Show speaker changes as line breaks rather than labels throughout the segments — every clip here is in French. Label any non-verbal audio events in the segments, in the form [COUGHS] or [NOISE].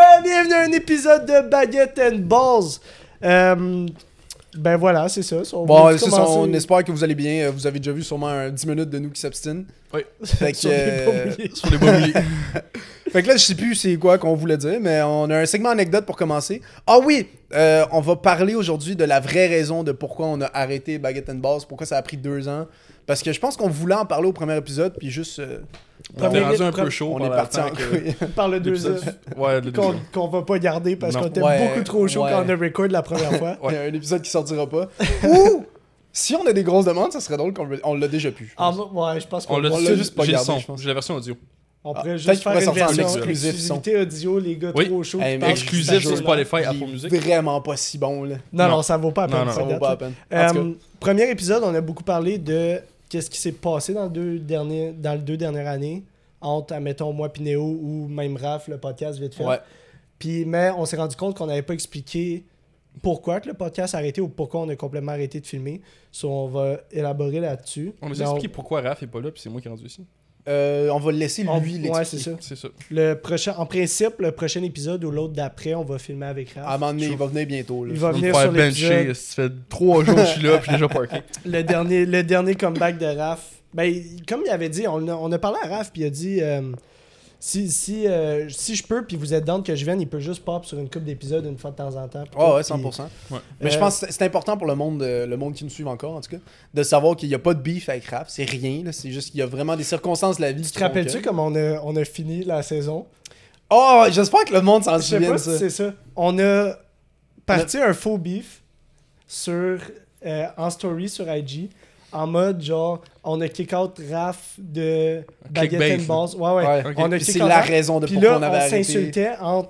Euh, un épisode de Baguette and Balls. Euh, ben voilà, c'est ça. Si on
Bon,
veut
c'est ça,
commencer-
on espère que vous allez bien. Euh, Vous avez déjà vu sûrement un 10 minutes de nous qui s'abstinent.
Oui.
Fait
[LAUGHS]
que,
Sur les
euh,
pommiers.
Sur les bombes
[LAUGHS] fait que là, je sais plus c'est quoi qu'on voulait dire, mais on a un segment anecdote pour commencer. Ah oui, euh, on va parler aujourd'hui de la vraie raison de pourquoi on a arrêté Baguette and Balls, pourquoi ça a pris deux ans. Parce que je pense qu'on voulait en parler au premier épisode, puis juste... euh,
[LAUGHS] On
Premier-
est rendu un
pre-
peu chaud.
on est
pendant
parti
le temps
en
que-
couille. [LAUGHS]
Par le deux
l'épisode-
heures
[LAUGHS] Ouais, le
[LAUGHS] qu'on
deuxième.
qu'on va pas garder parce
Non.
qu'on était
Ouais,
beaucoup trop chaud
ouais.
quand on a record la première
[LAUGHS]
fois.
Il y a un épisode qui sortira pas. Ou, si on a des grosses demandes, ça serait drôle qu'on le- on l'a déjà pu. je
Ah,
pense.
ouais, je pense
On
qu'on
l'a
on l'a juste
juste
pas
pas J'ai le
gardé,
son.
je pense.
J'ai la version audio.
on
Ah,
pourrait
peut-être
juste
qu'il
faire
pourrait
une
sortir
en
version
exclusif,
exclusivité audio, les gars,
Oui.
trop chaud.
Hey,
qui
mais
parlent.
Exclusif sur
jure.
Spotify,
Il
Apple
est
Music.
vraiment pas si bon, là.
Non, non,
Non.
ça vaut pas la
Non,
peine.
non.
ça
Ça vaut
date,
pas
là.
la peine. En tout cas,
Euh, premier épisode, on a beaucoup parlé de qu'est-ce qui s'est passé dans, deux derniers, dans les deux dernières années, entre, admettons, moi, Pinéo ou même Raph, le podcast, vite fait.
Ouais.
Puis, mais on s'est rendu compte qu'on n'avait pas expliqué pourquoi que le podcast a arrêté ou pourquoi on a complètement arrêté de filmer. So, on va élaborer là-dessus.
On a
Mais
juste expliqué pourquoi Raph est pas là, puis c'est moi qui est rendu ici.
Euh, on va le laisser
on-
lui
Ouais,
l'expliquer.
c'est ça.
C'est ça.
Le prochain, en principe, le prochain épisode ou l'autre d'après, on va filmer avec Raph.
à un moment donné, il va venir bientôt. là.
Il va
Je vais me
venir sur
faire
l'épisode.
bencher. Ça fait trois jours que je suis là, puis je suis
[LAUGHS]
déjà parké.
le dernier, le dernier comeback de Raph. Ben, il- comme il avait dit, on a, on a parlé à Raph, puis il a dit euh, si, si, euh, si je peux, puis vous êtes dans que je vienne, il peut juste pop sur une coupe d'épisodes une fois de temps en temps. puis
Ah
tout,
ouais,
puis-
100%.
Ouais.
Mais je
Euh,
pense que c'est- c'est important pour le monde, euh, le monde qui nous suit encore, en tout cas, de savoir qu'il n'y a pas de beef avec Raph. C'est rien. là. C'est juste qu'il y a vraiment des circonstances de la vie.
Tu te rappelles-tu comment on a, on a fini la saison
Oh, j'espère que le monde s'en
Je sais pas
souvient de
si
ça.
c'est ça. On a parti un faux beef sur, euh, en story sur IG. En mode, genre, on a kick-out Raph de
Clickbait,
Baguette and Balls. Ouais, ouais.
Ouais.
Ok.
On a
Puis C'est
kick-out
la
Raph.
raison de
Puis
pourquoi
là,
on
on,
avait arrêté.
s'insultait en.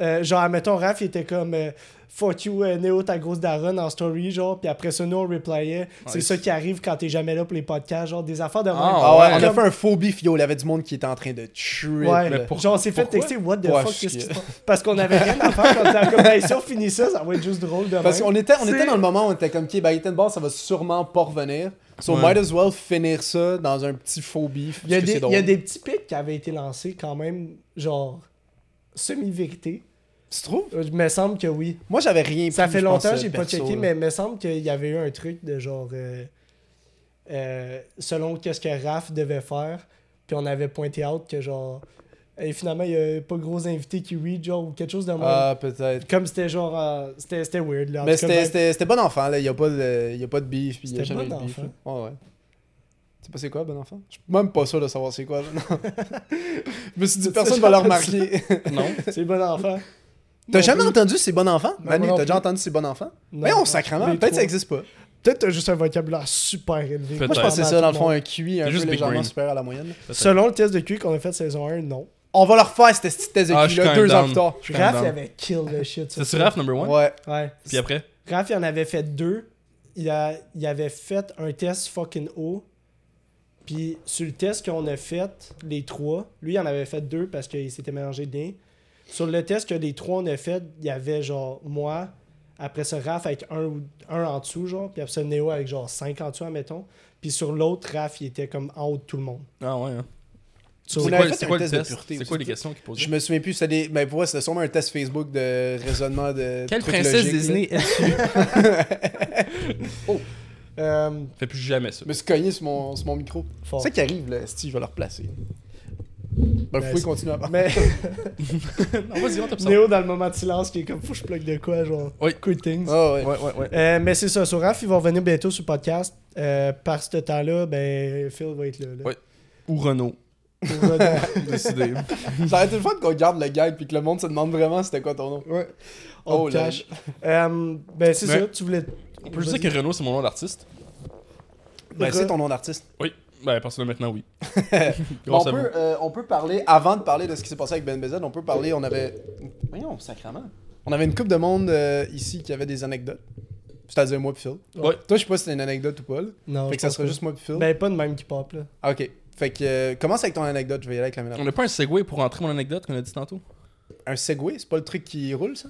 euh, genre, mettons, Raph, il était comme euh, Fuck you, euh, Néo, ta grosse daronne en story, genre. Puis après ça, nous, on replayait. C'est
Nice.
ça qui arrive quand t'es jamais là pour les podcasts, genre des affaires de même.
Ah,
Ah ouais, on a
Comme-
fait un faux beef, yo. Il y avait du monde qui était en train de tuer.
Ouais,
mais pour-
genre, on s'est fait
pourquoi?
texter What the
Ouais,
fuck,
je
qu'est-ce qui se
sais.
passe Parce qu'on avait rien à faire comme ça. Comme, hey, si on finit ça, ça va être juste drôle de
Parce
même.
qu'on était, on
C'est-
était dans le moment où on était comme, OK, Baguette and Ball, ça va sûrement pas revenir. So,
Ouais.
might as well finir ça dans un petit faux beef.
Il y, a
parce que
des,
c'est drôle.
il y a des petits pics qui avaient été lancés quand même, genre, semi-vérité.
Tu trouves?
Euh, Il me semble que oui.
Moi, j'avais rien
Ça
pris,
fait
je pense,
longtemps que
euh,
j'ai pas
perso,
checké,
là.
mais il me semble qu'il y avait eu un truc de genre. euh, euh, selon qu'est-ce que Raph devait faire, puis on avait pointé out que genre. Et finalement, il y a pas de gros invité qui read, genre, ou quelque chose de même.
Ah, peut-être.
Comme c'était genre. euh, c'était c'était weird, là. En
Mais
tout cas,
c'était-
même-
c'était c'était bon enfant, là. Il n'y a, pas de- il y a pas de beef. puis Il y a
C'était
jamais
bon
eu de beef.
enfant.
là. Ouais, ouais. Tu sais pas c'est quoi, bon enfant? Je suis même pas sûr de savoir c'est quoi. non. [LAUGHS] je me suis dit,
Tu
personne
sais
va le
jamais [LAUGHS]
remarquer.
Non.
C'est bon enfant.
[LAUGHS] T'as
Non
jamais
plus.
entendu c'est bon enfant?
Non,
Manu,
moi non
t'as déjà
plus.
entendu c'est bon enfant?
Non,
Mais
non.
on sacrement.
Les
Peut-être
trois.
ça existe pas.
Peut-être t'as juste un vocabulaire super élevé.
Peut-être.
Moi, je pense que c'est ça, dans le fond, un QI un
C'est
peu
juste Big
légèrement
Brain.
supérieur à la moyenne.
Selon le test de QI qu'on a fait saison 1, non.
On va leur refaire cette petite thèse de
Ah, je suis
là
quand
deux
même
ans
down.
plus tard.
Je suis quand même
Raph, il
down.
avait kill le shit.
C'est sur
ça.
Raph number one.
Ouais.
Ouais.
Puis après,
Raph, il en avait fait deux. Il, a, il avait fait un test fucking haut. Puis sur le test qu'on a fait, les trois, lui, il en avait fait deux parce qu'il s'était mélangé bien. Sur le test que les trois, on a fait, il y avait genre moi, après ça, Raph avec un, ou- un en dessous, genre, puis après ça, Néo avec genre cinq en dessous, admettons. Puis sur l'autre, Raph, il était comme en haut de tout le monde.
ah ouais. hein.
Sur-
On
C'est
avait
quoi,
fait
c'est
un
quoi le
test de
test
pureté
C'est
aussi.
quoi les questions qu'il
Je
posait
me souviens plus, c'était des. Mais pour moi, c'était sûrement un test Facebook de raisonnement de.
Quelle
trucs
princesse
logiques,
Disney est
Euh,
Fais plus jamais ça.
Je me suis cogné sur mon, sur mon micro.
fort.
C'est ça qui arrive, là. Si, je vais le replacer. Ben, vous
Ben,
pouvez
c'est-
continuer à parler.
Mais
[LAUGHS] Non, vas-y, on t'observe.
Néo, dans le moment de silence, qui est comme, faut que je plug de quoi, genre,
Oui.
Quick things.
Ah ouais.
Ouais, ouais, ouais.
Euh, mais c'est ça, sur Raph, il va revenir bientôt sur le podcast. Euh, par ce temps-là, ben, Phil va être là. là.
Ouais. Ou Renault.
[LAUGHS] Pour Renaud.
[LAUGHS]
Décidé.
Ça aurait été le fun qu'on garde le gag puis que le monde se demande vraiment c'était quoi ton nom.
Ouais. On
Oh
te
là.
cache. Euh, ben, c'est
Mais-
ça, tu voulais.
On peut juste dire que Renault, c'est mon nom d'artiste.
Ben, c'est ton nom d'artiste.
Oui. Ben, parce que là, maintenant, oui.
[LAUGHS] Bon,
Grâce
on,
à vous.
peut, euh, on peut parler, avant de parler de ce qui s'est passé avec Ben Bezed, on peut parler, on avait... Voyons, sacrement. On avait une coupe de monde euh, ici qui avait des anecdotes. C'est-à-dire moi pis Phil.
Ouais.
Toi, je sais pas si c'est une anecdote ou pas. là.
Non,
fait
je
que ça
pense
sera
pas.
juste moi pis Phil.
Ben, pas de même qui pop, là.
Ah, ok. Fait que, euh, commence avec ton anecdote, je vais y aller avec la mienne.
On n'a pas un segway pour entrer mon anecdote qu'on a dit tantôt
Un Segway, c'est pas le truc qui roule, ça?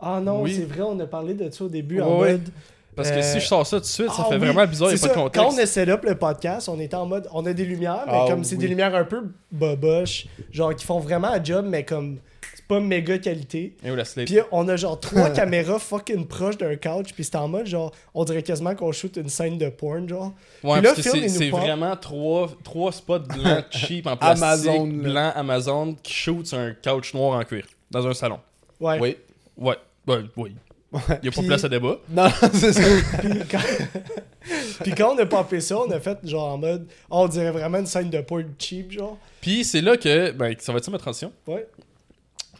Ah non,
Oui.
c'est vrai, on a parlé de ça au début en
Ouais, ouais.
mode.
Parce que
Euh,
si je sors ça tout de suite, ça
Ah
fait
oui,
vraiment bizarre, il
c'est
n'y a pas de
ça, Quand on
contexte.
a set up le podcast, on était en mode. On a des lumières, mais
Ah
comme c'est
oui.
des lumières un peu boboches, genre qui font vraiment un job, mais comme. C'est pas méga qualité.
Et où la slate?
Puis on a genre
[LAUGHS]
trois caméras fucking proches d'un couch, puis c'est en mode genre, on dirait quasiment qu'on shoot une scène de porn, genre.
Ouais,
Puis là,
parce que
Phil,
c'est
il nous
c'est
parle.
vraiment trois, trois
[LAUGHS]
spots blancs cheap en plastique,
Amazon, là.
blanc Amazon, qui shoot sur un couch noir en cuir, dans un salon.
Ouais.
Oui.
Ouais, ouais, oui. Il y a pas
Puis-
de place à débat.
Non, [LAUGHS] c'est ça.
Puis quand... [LAUGHS] Puis quand on a popé ça, on a fait genre en mode, oh, on dirait vraiment une scène de porn cheap, genre.
Puis c'est là que, ben, ça va être ça ma transition.
Ouais.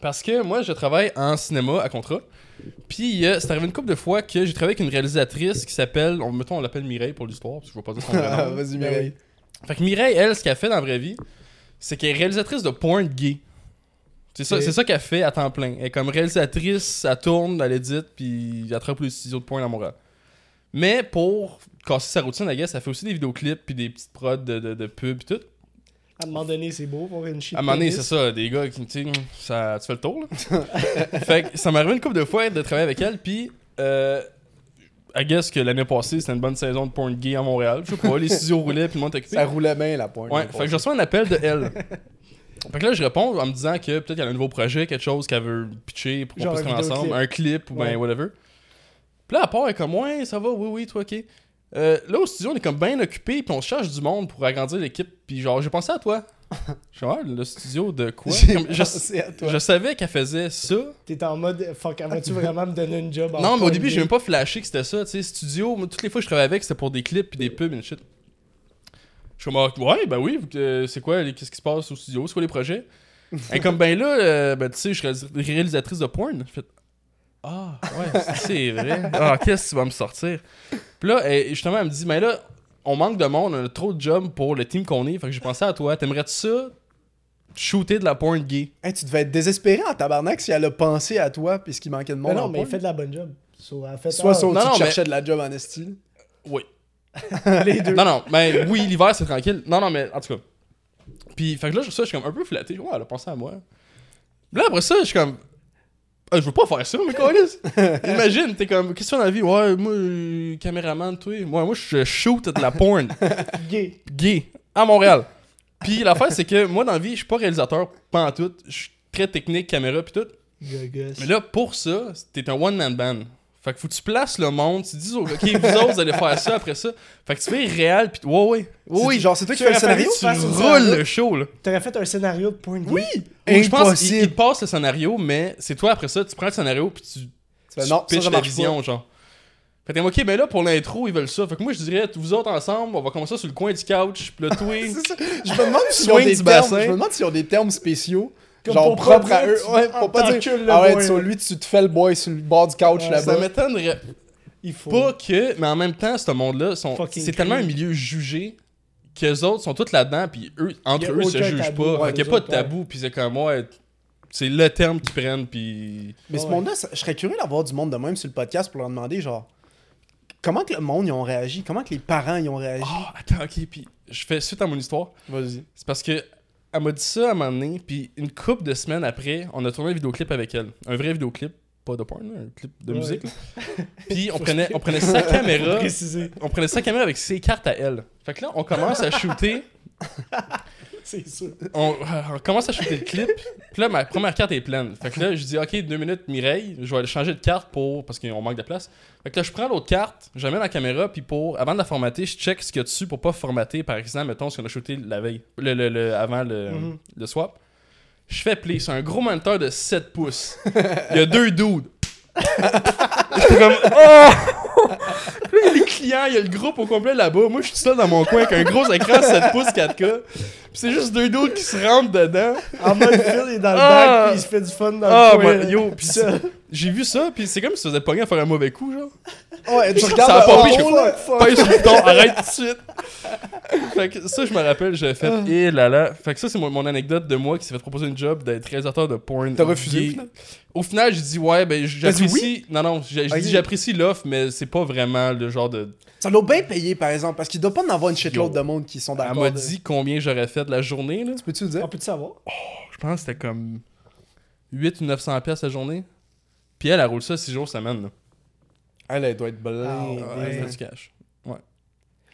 Parce que moi, je travaille en cinéma à contrat. Puis, euh, c'est arrivé une couple de fois que j'ai travaillé avec une réalisatrice qui s'appelle, on, mettons, on l'appelle Mireille pour l'histoire, parce que je vais pas dire son vrai nom.
Ah, Vas-y,
Ben
Mireille.
Fait que Mireille, elle, ce qu'elle fait dans la vraie vie, c'est qu'elle est réalisatrice de porn gay. C'est ça,
Ok.
c'est ça qu'elle fait à temps plein. Elle est comme réalisatrice, elle tourne, elle édite, puis elle attrape les ciseaux de porn à Montréal. Mais pour casser sa routine, la guess, elle fait aussi des vidéoclips, puis des petites prods de, de, de pubs, puis tout.
À un moment donné, c'est beau pour une shit.
À un moment donné,
pénis.
c'est ça, des gars qui, tu sais, ça, tu fais le tour, là. [LAUGHS] fait que ça m'est arrivé une couple de fois de travailler avec elle, puis euh, I guess que l'année passée, c'était une bonne saison de porn gay à Montréal. Je sais pas, les ciseaux roulaient, puis le monde était occupé.
Ça roulait bien, la pointe.
Ouais, fait que je reçois un appel de elle. fait que là, je réponds en me disant que peut-être qu'elle a un nouveau projet, quelque chose qu'elle veut pitcher pour qu'on
Genre
puisse
un
travailler ensemble,
vidéoclip.
un clip ou
Ouais.
ben whatever. Puis là, à part, elle est comme, ouais, ça va, oui, oui, toi, ok. Euh, là, au studio, on est comme bien occupé, puis on se cherche du monde pour agrandir l'équipe. Puis genre, j'ai pensé à toi. Je suis, ouais, le studio de quoi
[LAUGHS]
Comme, je,
pensé à toi.
je savais qu'elle faisait ça.
T'es en mode, fuck, elle va-tu vraiment me donner une job en
Non, mais au
porn
début,
gay?
j'ai même pas flashé que c'était ça, tu sais, studio. Moi, toutes les fois que je travaillais avec, c'était pour des clips puis des
Euh.
pubs et shit. Je suis comme, ah, ouais, ben oui, euh, c'est quoi, les- qu'est-ce qui se passe au studio, c'est quoi
[LAUGHS]
les projets? Et comme, ben là, euh, ben tu sais, je suis réalis- réalisatrice de porn. Je fais, ah, ouais,
[LAUGHS]
c'est vrai. Ah, qu'est-ce que tu vas me sortir? Puis là, elle- justement, elle me dit, mais là, on manque de monde, on a trop de jobs pour le team qu'on est, fait que j'ai pensé à toi, t'aimerais-tu ça? Shooter de la porn gay.
Hey, tu devais être désespéré en tabarnak si elle a pensé à toi puis ce qui manquait de
Mais
monde.
Ben non,
en
mais il
pointe.
fait de la bonne job. So, elle fait
Soit
ah,
ça ou
Non,
tu
non,
te
mais-
cherchais de la job en esti.
Oui.
[LAUGHS] les deux.
Non, non, mais oui, l'hiver, c'est tranquille. Non, non, mais en tout cas. Puis, fait que là, je, ça, je suis comme un peu flatté. Ouais, elle a pensé à moi. Là, après ça, je suis comme. Ah, je veux pas faire ça,
[LAUGHS]
mais câlisse. Imagine, t'es comme, qu'est-ce que tu fais dans la vie? Ouais, moi, euh, caméraman, toi. Moi, moi, je shoot de
[LAUGHS]
la porn
Gay.
gay à Montréal. Puis l'affaire, c'est que moi, dans la vie, je suis pas réalisateur, pas en tout. Je suis très technique, caméra, puis tout.
Gars, gosse.
Mais là, pour ça, t'es un one-man band. Fait que faut que tu places le monde, tu dis aux gars, OK, vous autres, vous allez faire ça après ça. Fait que tu fais réel, pis ouais, ouais. Ouais,
C'est-
ouais.
genre, c'est toi qui
tu
fais le
aurais fallu
scénario?
faire
tu
une
roules
scène.
le show, là.
T'aurais fait un scénario de porn gay.
Oui!
Ou Je pense qu'il
Impossible!
il passe le scénario, mais c'est toi après ça, tu prends le scénario, puis tu,
Tu fais, Ben
tu
non, ça,
pitches
ça
la
marche
vision, genre. Fait que t'es comme, OK, ben là, pour l'intro, ils veulent ça. Fait que moi, je dirais, vous autres ensemble, on va commencer sur le coin du couch, pis le
pas.
twist.
[LAUGHS] C'est ça. Je me demande s'ils ont
Swing
des
du
termes.
bassin.
Je me demande s'ils ont des termes spéciaux.
Comme pour
genre
pas
propres à
dire,
eux.
tu-
Ouais, pour
en
pas
tant
dire.
que le
Ah ouais,
boy,
sur
là.
lui, tu te fais le boy sur le bord du couch
Ouais,
ça
là-bas.
m'étonnerait
Il faut. [LAUGHS]
pas que. Mais en même temps, ce monde-là, sont-
Fucking
c'est tellement un
clean.
milieu jugé qu'eux autres sont tous là-dedans, puis eux,
Y
entre
a
eux, se
aucun
jugent
tabou,
pas.
ouais,
fait qu'il n'y
les
a pas de
autres, ouais.
tabou, puis c'est comme, ouais, c'est le terme qu'ils prennent, puis.
Mais ce
Ouais.
monde-là, ça- je serais curieux d'avoir du monde de même sur le podcast pour leur demander, genre, comment que le monde, ils ont réagi? Comment que les parents, ils ont réagi?
Ah, attends, ok, puis je fais suite à mon histoire.
Vas-y.
C'est parce que elle m'a dit ça à un moment donné, puis une couple de semaines après, on a tourné un vidéoclip avec elle. Un vrai vidéoclip, pas de porn, là, un clip de
Ouais. [LAUGHS]
musique. là. Puis on prenait, on prenait sa caméra.
Préciser.
On prenait sa caméra avec ses cartes à elle. Fait que là, on commence à shooter.
C'est sûr.
on, on commence à shooter le clip. Puis là, ma première carte est pleine. Fait que là, je dis, OK, deux minutes, Mireille, je vais aller changer de carte pour. Parce qu'on manque de place. Fait que là, je prends l'autre carte, j'amène la caméra, puis pour. Avant de la formater, je check ce qu'il y a dessus pour pas formater, par exemple, mettons, ce qu'on a shooté la veille. Le, le- le- avant le,
Mhm.
le swap. Je fais play sur un gros moniteur de 7 pouces. Il y a deux dudes. [LAUGHS] J'étais comme, oh! Puis là, il y a les clients, il y a le groupe au complet là-bas. Moi, je suis tout seul dans mon coin avec un gros écran 7 pouces 4K. Pis c'est juste deux d'autres qui se rentrent dedans.
En mode Phil il est dans le
Ah.
bac, puis il se fait du fun dans
Ah,
le coin.
moi, yo, pis ça. J'ai vu ça, pis c'est comme si ça faisait pogner à faire un mauvais coup, genre.
Ouais, tu
Ça
regardes
a
le-
popé,
oh,
je
là, fuck.
Pèse sur le bouton, arrête tout de suite. Fait que ça, je me rappelle, j'avais fait, et là là. Fait que ça, c'est mon, mon anecdote de moi qui s'est fait proposer une job d'être réalisateur de porn.
T'as refusé,
gay.
au final?
Au final, j'ai dit, ouais, ben j'apprécie. Non, non, j'ai j'ai
Ok.
dit, j'apprécie l'offre, mais c'est pas vraiment le genre de.
Ça l'a bien payé, par exemple, parce qu'il doit pas en avoir une shitload de monde qui sont
Elle
d'accord.
m'a
Ben, de-
dit combien j'aurais fait de la journée, là.
Peux-tu le dire?
On peut-tu savoir?
Je pense que c'était comme 8 ou 900 pièces la journée. Puis elle, elle roule ça 6 jours semaine. Là.
Elle, elle doit être blindée.
Ah,
Elle
ouais.
fait du cash. Ouais.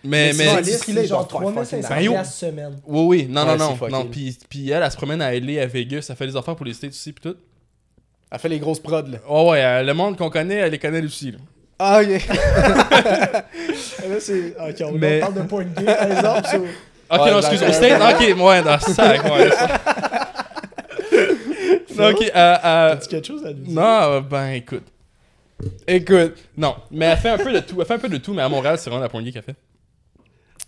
Mais, mais.
sinon,
C'est
elle- l'industrie, là,
c'est
ils
genre
doivent faire fucking
3500
la- Mario.
par semaine.
Oui, oui, non,
Ouais,
non,
c'est
non. non
fucké.
puis, puis elle, elle se promène à LA, à Vegas, elle fait des affaires pour les States aussi, puis tout.
Elle fait les grosses prods, là.
Oh ouais, euh, le monde qu'on connaît, elle les connaît aussi. là.
Ah, ok.
Ah, Là, c'est. Ok, on
Mais-
parle de point de game, par exemple. sur-
Ok,
Ouais,
non, excuse,
Black
au States, ok, ouais, dans le sac, ouais. ça.
[LAUGHS]
non, ok, euh, euh,
T'as-tu quelque chose à nous dire?
non, euh, ben écoute. Écoute, non, mais elle fait un peu de tout, elle fait un peu de tout, mais à Montréal, c'est vraiment la poignée qu'elle fait.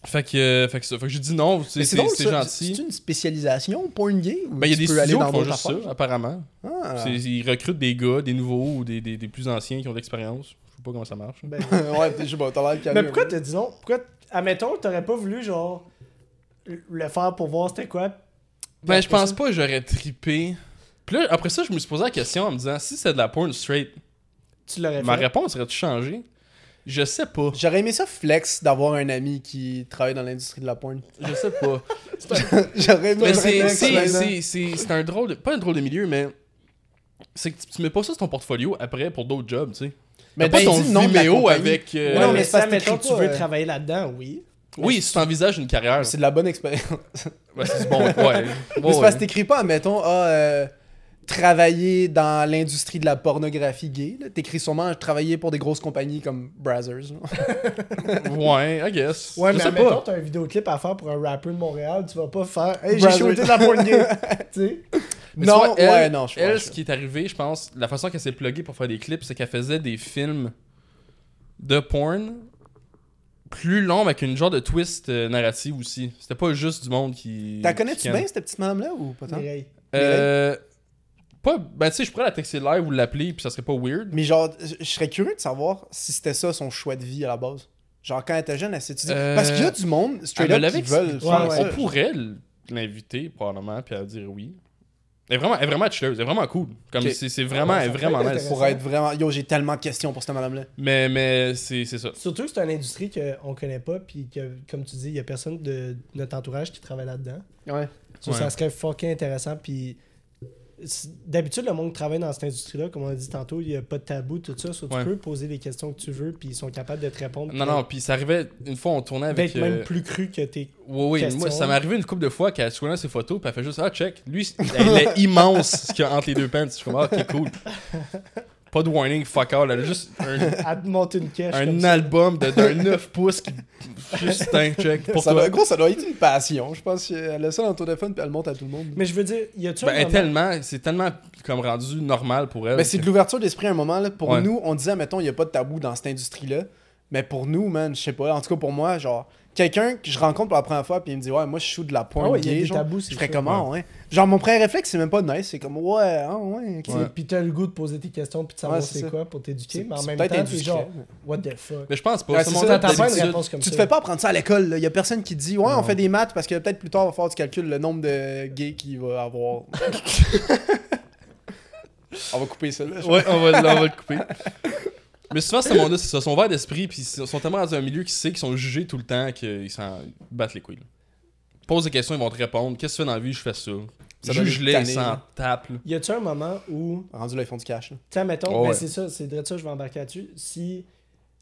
Fait que, euh, fait que ça, fait que j'ai dit non, c'est
Mais
c'est-
drôle,
c'est
ça.
gentil.
C'est une spécialisation, point gay? Ou
Ben, il y a
tu
des
peux aller
studios
dans
qui font
d'autres
juste ça,
affaires?
apparemment.
Ah.
C'est- Ils recrutent des gars, des nouveaux ou des, des, des plus anciens qui ont de l'expérience. Je sais pas comment ça marche.
Ben,
[LAUGHS] ouais, peut-être, je sais pas, t'as l'air curieux,
Mais pourquoi
ouais.
t'as dit non? Pourquoi, t- admettons, t'aurais pas voulu, genre, le faire pour voir c'était quoi?
Ben, je pense pas que j'aurais trippé. Puis là, après ça, je me suis posé la question en me disant si c'est de la porn straight,
Ben,
Tu l'aurais
ma
fait.
réponse aurait-tu changé Je sais pas.
J'aurais aimé ça flex d'avoir un ami qui travaille dans l'industrie de la pointe. [LAUGHS]
Je sais pas.
J'aurais aimé
mais
un
c'est-
flex,
c'est-
là.
c'est c'est- c'est un drôle de. Pas un drôle de milieu, mais. C'est que tu- tu mets pas ça sur ton portfolio après pour d'autres jobs, tu sais.
Mais
T'as pas
ben,
ton
dis le nom de la
Vimeo
compagnie.
avec. euh,
Ouais,
non, mais
mais
c'est parce
ça,
que
mettons,
t'écris
tu
pas,
veux
euh,
travailler là-dedans, oui.
Oui, si t'envisages une carrière.
C'est de la bonne expérience.
Ouais, c'est du bon.
[LAUGHS]
Ouais. Ouais,
Mais c'est
ouais.
parce que t'écris pas, mettons, ah, euh, travailler dans l'industrie de la pornographie gay. là. T'écris sûrement travailler pour des grosses compagnies comme Brazzers. là.
Ouais, I guess.
Ouais,
je
mais
sais
admettons,
pas.
t'as un vidéoclip à faire pour un rapper de Montréal, tu vas pas faire « Hey, j'ai
Brother.
shooté de la pointe [LAUGHS] gay! » Tu sais?
Mais
Non,
tu vois, elle,
ouais, non, je suis
Elle,
pas
ce
sûr.
qui est arrivé, je pense, la façon qu'elle s'est pluguée pour faire des clips, c'est qu'elle faisait des films de porn plus longs avec une genre de twist euh, narrative aussi. C'était pas juste du monde qui.
T'as connais-tu
qui
bien,
canne.
cette petite madame-là, ou pas tant?
Mireille.
Euh. Pas. Ben, tu sais, je pourrais la texter live ou l'appeler, puis ça serait pas weird.
Mais genre, je je serais curieux de savoir si c'était ça son choix de vie à la base. Genre, quand elle était jeune, elle s'étudiait.
Euh,
Parce qu'il y a du monde, straight
Elle me
up,
l'avait
qui veulent
expliqué.
ouais,
faire
ouais.
ça.
On pourrait l- l'inviter, probablement, puis elle dire oui. Elle est vraiment, elle est vraiment chilleuse, elle est vraiment cool. Comme
Ok.
c'est c'est vraiment,
Ouais,
elle est
ça peut
vraiment
être
nice.
Pour être vraiment... Yo, j'ai tellement de questions pour cette madame-là.
Mais, mais c'est c'est ça.
Surtout que c'est une industrie qu'on connaît pas, puis que, comme tu dis, il y a personne de notre entourage qui travaille là-dedans.
Ouais.
Ça,
Ouais.
ça serait fucking intéressant, puis... c'est- D'habitude, le monde qui travaille dans cette industrie-là, comme on a dit tantôt, il n'y a pas de tabou, tout ça. So,
Ouais.
Tu peux poser les questions que tu veux, puis ils sont capables de te répondre.
Non, non, puis ça arrivait une fois, on tournait avec.
D'être
euh,
même plus cru que tes [LAUGHS]
Oui, oui,
question.
moi, ça m'est arrivé une couple de fois qu'elle soignait ses photos, puis elle fait juste Ah, check. Lui, elle est immense ce qu'il y a entre les deux pants. Je suis comme Ah, ok, cool. Pas de warning, fuck all. Elle a juste un,
à te monter une cache.
un
comme ça.
album de- d'un 9 pouces qui. Juste un check pour
ça
toi. Ben,
doit- gros, ça doit être une passion. Je pense qu'elle a ça dans ton téléphone, puis elle le montre à tout le monde.
Mais je veux dire, y a-tu
Ben,
un
elle est
moment-
tellement, c'est tellement comme rendu normal pour elle.
Mais c'est de
que-
l'ouverture d'esprit à un moment. Là. Pour
Ouais.
nous, on disait, mettons, il n'y a pas de tabou dans cette industrie-là. Mais pour nous, man, je sais pas. En tout cas, pour moi, genre, quelqu'un que je rencontre pour la première fois, puis il me dit, ouais, moi, je shoot de la pointe
Ah ouais, il y a
gay.
des
genre,
tabous, c'est
je ferais
sûr.
comment, ouais. Genre, mon premier réflexe, c'est même pas nice. C'est comme, ouais, ah, ouais, ok.
Tu sais, Puis t'as le goût de poser tes questions puis de savoir
Ouais, c'est
c'est
ça.
quoi pour t'éduquer,
C'est-
mais en
c'est
même temps,
peut-être
t'es
indiscret,
genre,
mais-
what the fuck.
Mais je pense pas.
Ouais,
c'est
c'est
mon
ça,
temps
T'attends pas une
d'habitude.
réponse comme
Tu te
ça.
fais pas apprendre ça à l'école. là. Il y a personne qui te dit, ouais, on
Non.
fait des maths parce que peut-être plus tard, on va faire du calcul le nombre de gays qu'il va avoir.
[LAUGHS]
on va couper ça, là. je-
Ouais, on va, on va le couper. [LAUGHS] Mais souvent, ce monde-là, c'est ça. Ils sont ouverts d'esprit, puis ils sont tellement dans un milieu qui sait qu'ils sont jugés tout le temps qu'ils s'en battent les couilles. là. Pose des questions, ils vont te répondre. Qu'est-ce que tu fais dans la vie Je fais ça.
Ça doit les
Juge-les, ils
tanner,
s'en
là.
tapent. là.
Y a-tu un moment où,
Rendu là, ils font du cash. là.
tu sais, admettons,
Oh,
ben,
ouais.
c'est ça, c'est de ça, je vais embarquer là-dessus. Si,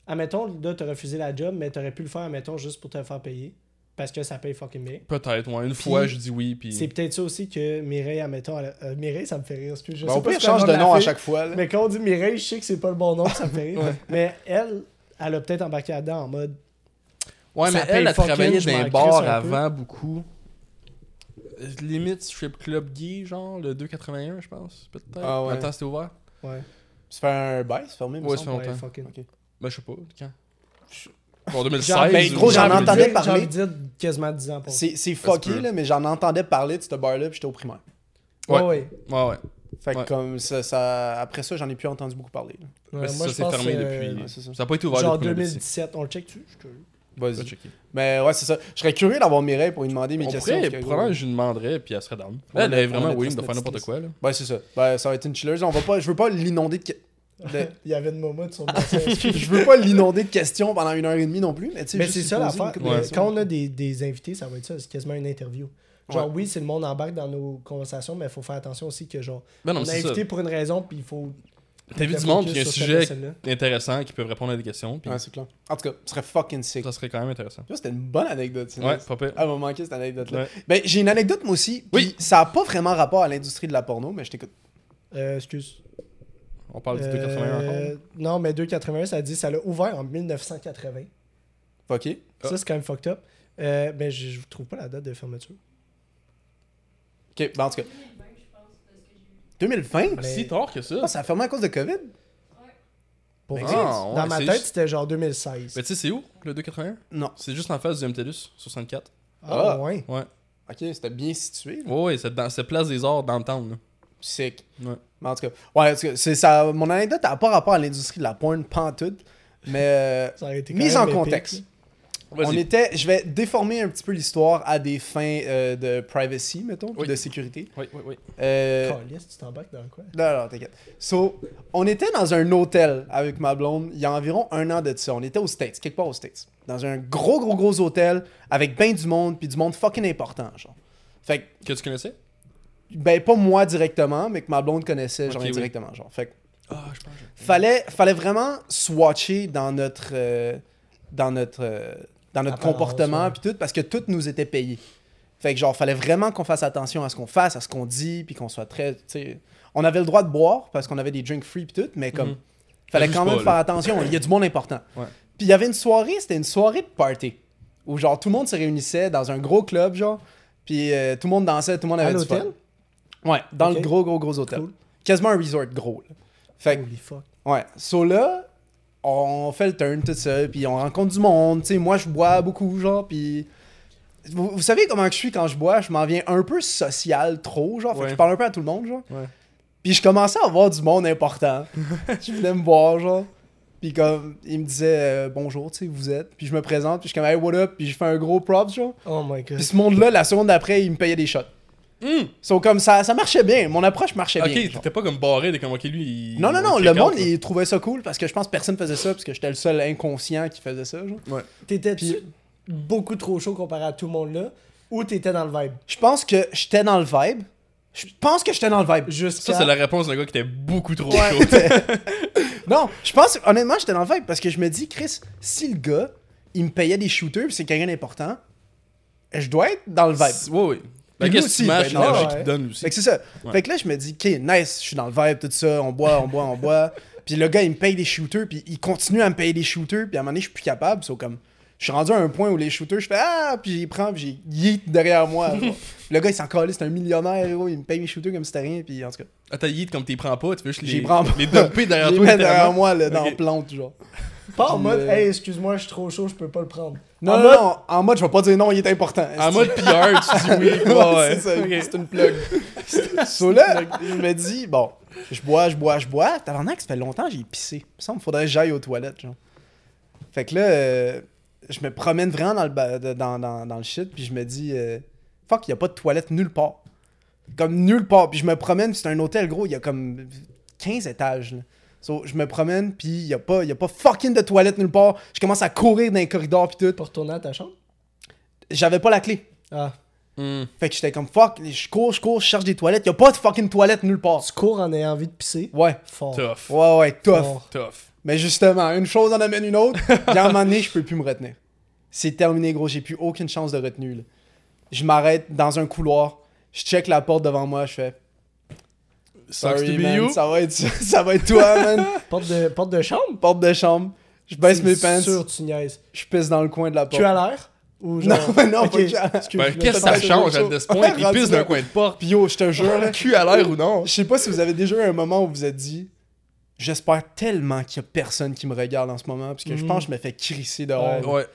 admettons, là, t'as refusé la job, mais t'aurais pu le faire, admettons, juste pour te faire payer, parce que ça paye fucking bien.
Peut-être, ouais. Une fois,
Puis,
je dis oui, puis.
C'est peut-être ça aussi que Mireille, admettons, elle a- euh, Mireille, ça me fait rire. excuse, Je
Ben,
sais
au
pas
pire,
si c'est le
change
de
de
la
nom à
fille,
chaque fois. là.
Mais quand on dit Mireille, je sais que c'est pas le bon nom, ça me
[LAUGHS]
fait rire. Mais elle, elle a peut-être embarqué là-dedans en mode,
Ouais,
Ça
mais
paye
elle a
fucking,
travaillé
je
dans
m'en
un
crisse
bar
un peu.
avant beaucoup. Euh, Limite strip club gay, genre le 281, je pense. Peut-être.
Ah ouais.
Attends, c'était ouvert.
ouais,
Ça fait un bail, c'est fermé. me
Ouais,
semble.
Pas
ouais,
longtemps.
fucking.
Ben, je sais pas, quand Bon, 2016.
Genre,
ben,
ou-
gros, j'en
j'ai envie de
entendais
dire-
parler.
J'ai envie de dire quasiment 10 ans pour
C'est, c'est
se
fucké,
peut.
là, mais j'en entendais parler de ce bar-là, puis j'étais au primaire.
Ouais,
Ouais.
ouais.
Ouais, ouais.
Fait que
Ouais.
comme ça, ça- après ça, j'en ai plus entendu beaucoup parler. là.
Ouais,
Ben,
moi,
ça,
je
c'est
pense
fermé
que,
depuis.
euh,
ouais, c'est ça.
Ça n'a pas été ouvert
Genre
depuis mon domicile.
2017, on le check tu
Va
Vas-y.
checker.
Mais ouais, c'est ça. Je serais curieux d'avoir Mireille pour lui demander mes
On
questions.
pourrait,
parce que,
probablement,
ouais.
je lui demanderais, puis elle serait down.
Ouais,
Elle est
on
vraiment
a
willing
tous
de faire
notre
n'importe
liste.
quoi, là.
Ouais, c'est ça. Ben, ça va être une chilleuse. On va pas, je veux pas l'inonder de, que- de- [LAUGHS]
[LAUGHS] Il y avait une momotte sur le bassin.
je veux pas l'inonder de questions pendant une heure et demie non plus, mais tu sais,
Mais
juste
c'est
lui
ça
poser une
l'affaire.
couple de
Mais
questions.
Quand on a des, des invités, ça va être ça. C'est quasiment une interview. Genre, oui, c'est le monde embarque dans nos conversations, mais il faut faire attention aussi que, genre,
Ben non,
on
mais
a
c'est ça.
invité pour une raison, puis il faut.
T'as vu
le
du monde,
focus
puis il y a un
sur cette
sujet
personne-là.
intéressant qui peut répondre à des questions, puis
Ouais, c'est clair. En tout cas, ce serait fucking sick.
ça serait quand même intéressant.
Yo, C'était une bonne anecdote. ça.
Ouais, pas pire.
Ah, elle m'a manqué cette anecdote-là.
Ouais.
Ben, j'ai une anecdote, moi aussi. puis
Oui.
Ça a pas vraiment rapport à l'industrie de la porno, mais je t'écoute.
Euh, excuse.
On parle Ah, du 281
Euh,
encore.
Non, mais 281, ça dit ça l'a ouvert en 1980.
Ok.
Ah.
Ça, c'est quand même fucked up. Euh, mais je ne trouve pas la date de fermeture.
Ok, ben en tout cas. 2020?
mais-
Si tard que ça.
Ah, Ça a fermé à cause de COVID?
Pour
Mais
vrai,
non, ouais,
dans ma
c'est
tête,
juste-
c'était genre
Mais
2016.
tu sais, c'est où le 281
Non.
C'est juste en face du MTLUS, 64.
Ah,
Ah.
ouais.
Ouais.
Ok, c'était bien situé. là.
Ouais, ouais, c'est dans c'est place des arts downtown. Là.
Sick.
Ouais.
Mais en tout cas, ouais, en tout cas, c'est ça. Mon anecdote n'a pas rapport à l'industrie de la porn pantoute, mais
Ça aurait été quand
mise
même
en
épique,
contexte.
là.
On
[LAUGHS] Vas-y.
était, je vais déformer un petit peu l'histoire à des fins euh, de privacy, mettons, puis
Oui.
de sécurité.
Oui, oui, oui.
Euh,
Caliste, tu t'embarques dans quoi
Non, non, t'inquiète. So, on était dans un hôtel avec ma blonde il y a environ un an de ça. On était aux States, quelque part aux States. Dans un gros, gros, gros hôtel avec ben du monde, puis du monde fucking important, genre. Fait que,
Que tu connaissais
ben, pas moi directement, mais que ma blonde connaissait, genre,
Ok, oui.
indirectement, genre. Fait que,
Ah, je pense. que-
fallait, fallait vraiment swatcher dans notre, euh, dans notre, euh, dans notre
Apparence,
comportement
ouais.
puis tout parce que tout nous était payé. Fait que genre fallait vraiment qu'on fasse attention à ce qu'on fasse, à ce qu'on dit, puis qu'on soit très, tu sais, on avait le droit de boire parce qu'on avait des drinks free puis tout, mais comme
Mhm.
fallait
Juste
quand même
pas,
faire
là.
attention, il y a du monde important.
Ouais.
Puis il y avait une soirée, c'était une soirée de party où genre tout le monde se réunissait dans un gros club genre, puis euh, tout le monde dansait, tout le monde
À
avait du fun.
l'hôtel?
Ouais, dans
Ok.
le gros gros gros hôtel.
Cool.
Quasiment un resort gros. là. Fait que
Holy fuck.
Ouais. So là, on fait le turn, tout ça, puis on rencontre du monde. Tu sais, moi, je bois beaucoup, genre, puis... Vous, vous savez comment que je suis quand je bois? Je m'en viens un peu social, trop, genre. Fait que
Ouais.
je parle un peu à tout le monde, genre.
Ouais.
Puis je commençais à voir du monde important. qui venait me voir, genre. Puis comme, il me disait euh, bonjour, tu sais, vous êtes. Puis je me présente, puis je suis comme, hey, what up? Puis je fais un gros props, genre.
Oh my god.
Puis ce monde-là, la seconde d'après, il me payait des shots.
Hum!
So, comme ça, ça marchait bien. Mon approche marchait
Ok,
bien. genre.
t'étais pas comme barré de comme ok, lui. il-
Non, non,
il
non,
check
le
out,
monde,
là.
il trouvait ça cool parce que je pense que personne faisait ça parce que j'étais le seul inconscient qui faisait ça. Genre.
T'étais-tu
Puis-
beaucoup trop chaud comparé à tout le monde là ou t'étais dans le vibe
Je pense que j'étais dans le vibe. Je pense que j'étais dans le vibe.
Jusqu'à.
Ça, c'est la réponse d'un gars qui était beaucoup trop
Ouais.
chaud.
Non, je pense, honnêtement, j'étais dans le vibe parce que je me dis, Chris, si le gars, il me payait des shooters pis c'est quelqu'un d'important, je dois être dans le vibe.
C'est- Ouais, ouais.
Puis
Ben,
lui
qu'est-ce que
aussi,
tu
ben,
matches
non,
l'énergie
ouais.
qu'il donne aussi?
Fait que c'est ça.
Ouais.
Fait que là, je me dis, ok, nice, je suis dans le vibe, tout ça, on boit, on boit, on
[LAUGHS]
boit. Puis le gars, il me paye des shooters, puis il continue à me payer des shooters, puis à un moment donné, je suis plus capable. So, comme, je suis rendu à un point où les shooters, je fais ah, puis j'y prends, puis j'ai yeet derrière moi.
[LAUGHS]
genre. le gars, il s'en calait, c'est un millionnaire, gros, il me paye mes shooters comme si c'était rien, puis en tout cas,
Attends, Yeet, comme t'y prends pas, tu veux juste
j'y
les,
prends pas.
les dumper derrière
[LAUGHS] J'y
toi.
mets derrière
littéralement.
moi, là, dans
Ok.
la plante, genre.
Pas en
Puis,
mode,
euh,
hey, excuse-moi, je suis trop chaud, je peux pas le prendre.
Non,
En
non,
mode-
non, en mode, je vais pas dire non, il est important.
En mode PR, tu dis
[LAUGHS]
oui.
Ouais,
Ouais, ouais.
c'est ça,
Ok.
c'est une [LAUGHS] plug. so là, je me dis, bon, je bois, je bois, je bois. Tabarnak, ça fait longtemps que j'ai pissé. Il me semble qu'il faudrait que j'aille aux toilettes, genre. Fait que là, euh, je me promène vraiment dans le, ba- de- dans, dans, dans le shit, puis je me dis, euh, fuck, il n'y a pas de toilette nulle part. Comme nulle part. Puis je me promène, puis c'est un hôtel, gros, il y a comme 15 étages, là. So, je me promène, puis il n'y a, pas- y a pas fucking de toilette nulle part. Je commence à courir dans les corridors, puis tout.
Pour retourner à ta chambre
J'avais pas la clé.
Ah.
Hum.
Fait que j'étais comme fuck, je cours, je cours, je cherche des toilettes. Y a pas de fucking toilettes nulle part.
Tu cours en ayant envie de pisser
Ouais.
Fort.
Tough.
Ouais, ouais, tough.
Fort.
Tough.
Mais justement, une chose en amène une
[LAUGHS]
autre. Puis à un moment donné, je peux plus me retenir. C'est terminé, gros. J'ai plus aucune chance de retenue. là. Je m'arrête dans un couloir. Je check la porte devant moi. Je fais
Sucks to
Sorry,
be
man.
you.
Ça va, être, [LAUGHS] ça va être toi, man.
Porte de, porte de chambre
Porte de chambre. Je baisse mes
C'est
pants.
sûr, tu niaises.
Je pisse dans le coin de la porte.
Tu as l'air Ou
Non,
genre.
[LAUGHS]
mais non,
Ok,
pas que-
excuse-moi.
Ben, qu'est-ce que
ça
ça
fait
change
chaud.
à
[LAUGHS]
ce point? Il
Rendu
pisse
là.
d'un coin de porte.
Puis yo, je te jure, là,
Le cul à l'air ou non?
Je sais pas si vous avez déjà eu un moment où vous vous êtes dit J'espère tellement qu'il y a personne qui me regarde en ce moment, parce que je
Mm.
pense que je me fais crisser dehors.
Mhm. Ouais.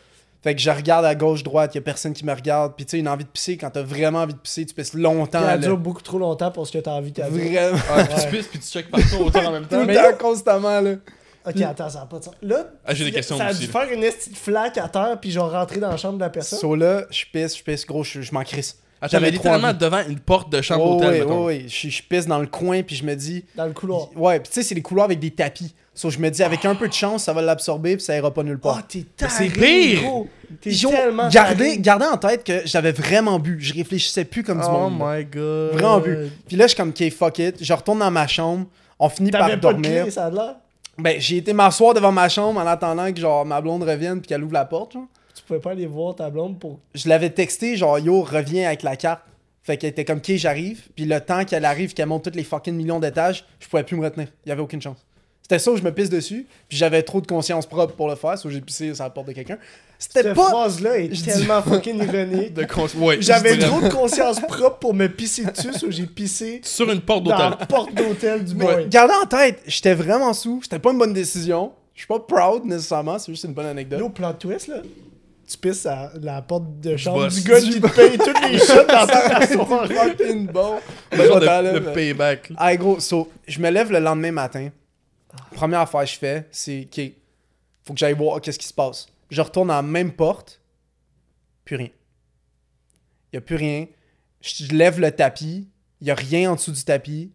Fait que je regarde à gauche, droite, il y a personne qui me regarde. Puis tu sais, une envie de pisser, quand t'as vraiment envie de pisser, tu pisses longtemps.
Ça
là.
dure beaucoup trop longtemps pour ce que t'as envie de dire.
Vraiment.
Ah, Puis tu pisses, puis tu checkes partout autant en même
Tout [LAUGHS]
temps.
le temps, constamment, là.
Ok, attends, ça n'a pas de sens. Là,
Ah, j'ai des questions
ça a
aussi,
dû faire une petite flaque à terre, puis genre rentrer dans la chambre de la personne.
So là, je pisse, je pisse, gros, je, je m'en crisse.
Attends, mais
J'avais trois
Ah, littéralement
vies.
devant une porte de chambre
Oh,
d'hôtel,
ouais,
mettons.
ouais, ouais. Je, je pisse dans le coin, puis je me dis
Dans le couloir.
Ouais, puis tu sais, c'est les couloirs avec des tapis. So je me dis, avec un peu de chance, ça va l'absorber, puis ça ira pas nulle
Ah,
part.
Oh, t'es
Mais c'est
taré,
pire.
gros. T'es
Yo,
tellement
gardez,
taré.
gardez en tête que j'avais vraiment bu. Je réfléchissais plus comme du
Oh
monde. là.
my god.
Vraiment bu. Puis là, je suis comme, OK, fuck it. Je retourne dans ma chambre. On finit par
T'avais pas de
dormir.
clé, ça a l'air.
ben, j'ai été m'asseoir devant ma chambre en attendant que genre ma blonde revienne puis qu'elle ouvre la porte. genre.
Tu pouvais pas aller voir ta blonde pour.
Je l'avais texté, genre, yo, reviens avec la carte. Fait qu'elle était comme, OK, j'arrive. Puis le temps qu'elle arrive, qu'elle monte tous les fucking millions d'étages, je pouvais plus me retenir. Il y avait aucune chance. C'était ça où je me pisse dessus. Puis j'avais trop de conscience propre pour le faire, sauf que j'ai pissé sur la porte de quelqu'un. C'était
Cette
pas.
phrase-là est
Je dis-
tellement fucking ironique.
De cons- ouais,
J'avais
vraiment.
trop de conscience propre pour me pisser dessus, ou j'ai pissé
Sur une porte
dans
d'hôtel.
la porte d'hôtel du
Mais
boy.
gardez en tête, j'étais vraiment sous. C'était pas une bonne décision. Je suis pas proud nécessairement, c'est juste une bonne anecdote.
Yo, plan twist, là. Tu pisses à la porte de chambre
boss.
du gars qui te paye toutes les shots dans [LAUGHS]
[LAUGHS]
ta soirée.
fucking bon.
Le
Ben,
genre
attends, là,
de, de
mais-
payback. là.
Hey gros, so, je me lève le lendemain matin. Première affaire que je fais, c'est OK, faut que j'aille voir qu'est-ce qui se passe. Je retourne à la même porte, plus rien. Il y a plus rien. Je lève le tapis, il y a rien en dessous du tapis.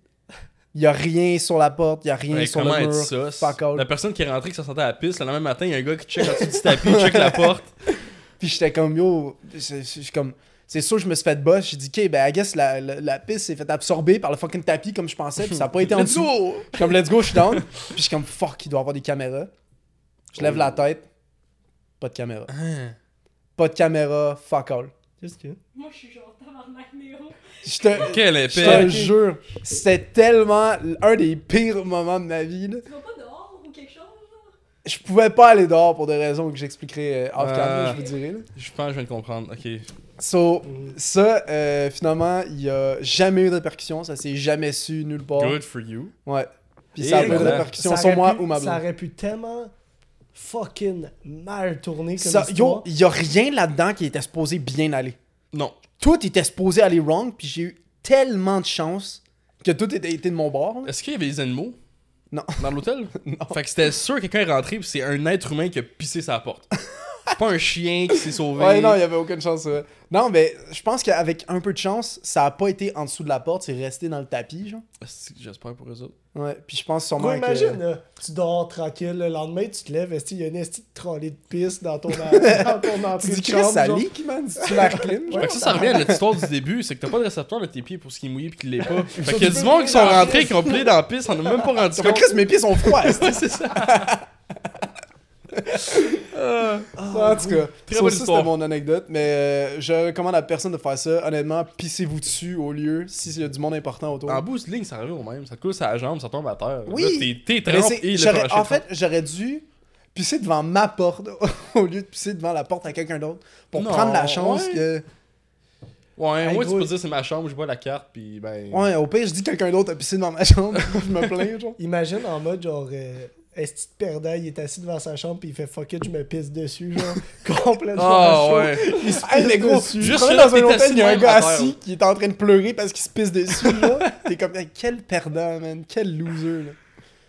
Il y a rien sur la porte, il y a rien
Ouais,
sur
comment
le
être
mur.
sauce?
Fuck all.
La personne qui est rentrée, qui se sentait à la piste, le lendemain matin, il y a un gars qui check au-dessus du tapis, check la
[LAUGHS]
porte.
Puis j'étais comme yo, c'est- c'est c'est comme c'est sûr que je me suis fait boss, j'ai dit OK, ben I guess la, la, la piste s'est fait absorber par le fucking tapis comme je pensais, puis ça a pas été en
Let's
dessous.
go!
Je suis comme let's go, je suis down. Puis je suis comme fuck, il doit avoir des caméras. Je lève la tête. Pas de caméra. Pas de caméra, fuck all.
Qu'est-ce que.
Moi, je suis genre tabarnak néo.
Je te,
Quel
je te
épais!
jure, c'était tellement un des pires moments de ma vie. là.
Tu vas pas dehors ou quelque chose? genre?
Je pouvais pas aller dehors pour des raisons que j'expliquerai euh, off
Ah.
camera, je vous dirai. Là.
Je pense que je viens de comprendre. Ok.
So, ça, euh, finalement, il y a jamais eu de répercussions, ça s'est jamais su nulle part.
Good for you.
Ouais. Puis
Et
ça a pas eu de
voilà.
répercussions
Ça
sur
aurait
moi
pu-
ou ma
Ça
blonde.
aurait pu tellement fucking mal tourner comme
Ça-
histoire.
Yo, il y a rien là-dedans qui était supposé bien aller.
Non.
tout était supposé aller wrong, puis j'ai eu tellement de chance que tout était été de mon bord. là.
Est-ce qu'il y avait des animaux?
[LAUGHS] Non.
Dans l'hôtel? Fait que c'était sûr que quelqu'un est rentré puis c'est un être humain qui a pissé sa porte. C'est pas un chien qui s'est sauvé.
Ouais, non, il y avait aucune chance. euh. Non, mais je pense qu'avec un peu de chance, ça a pas été en dessous de la porte, c'est resté dans le tapis, genre.
Asti, J'espère pour eux autres.
Ouais, puis je pense sûrement
Moi,
que-
imagine, là, tu dors tranquille, le lendemain, tu te lèves, esti, il y a une esti de trolley de pisse dans ton, [LAUGHS] dans ton entrée
Tu dis
de
Chris,
chambre,
ça
genre.
leak, man,
[LAUGHS]
tu la reclines, genre.
Fait que ça, ça revient à notre histoire du début, c'est que t'as pas de récepteur de tes pieds pour ce qui est mouillé pis qui l'est
[LAUGHS]
pas. Fait qu'il y a du monde qui sont rentrés, qui ont plié dans la piste, on a même pas rendu
Ça fait
compte.
Chris, mes pieds sont froids. c'est-
[LAUGHS] Ouais, c'est ça. Euh,
en tout cas,
Très
ça
bonne
aussi, c'était
histoire.
mon anecdote, mais euh, je recommande à personne de faire ça. Honnêtement, pissez-vous dessus au lieu s'il y a du monde important autour.
en bout de ligne, ça revient au même. Ça te coule sur la jambe, ça tombe à terre.
Oui.
Là, t'es- t'es
Mais
trempé
c'est-
et le hein?
j'aurais-
plancher
en
te
fait, j'aurais dû pisser devant ma porte [LAUGHS] au lieu de pisser devant la porte à quelqu'un d'autre pour
Non,
prendre la chance
ouais.
que.
Ouais,
Hey,
moi, tu
gros.
peux dire c'est ma chambre, je vois la carte, puis ben.
Ouais, au pire, je dis quelqu'un d'autre a pissé devant ma [LAUGHS] chambre, je me plains, genre.
Imagine en mode genre. euh, Esti de perdant, il est assis devant sa chambre puis il fait fuck it, je me pisse dessus, genre [LAUGHS] complètement.
Ah
chaud.
ouais.
Il se
Hey,
pisse
mais gros,
dessus.
tu
Juste
te promènes
là,
dans un
t'es
hôtel,
assis
il y a un
même
gars
à terre.
assis qui est en train de pleurer parce qu'il se pisse dessus, là. [LAUGHS] T'es comme, Hey, quel perdant, man, quel loser, là.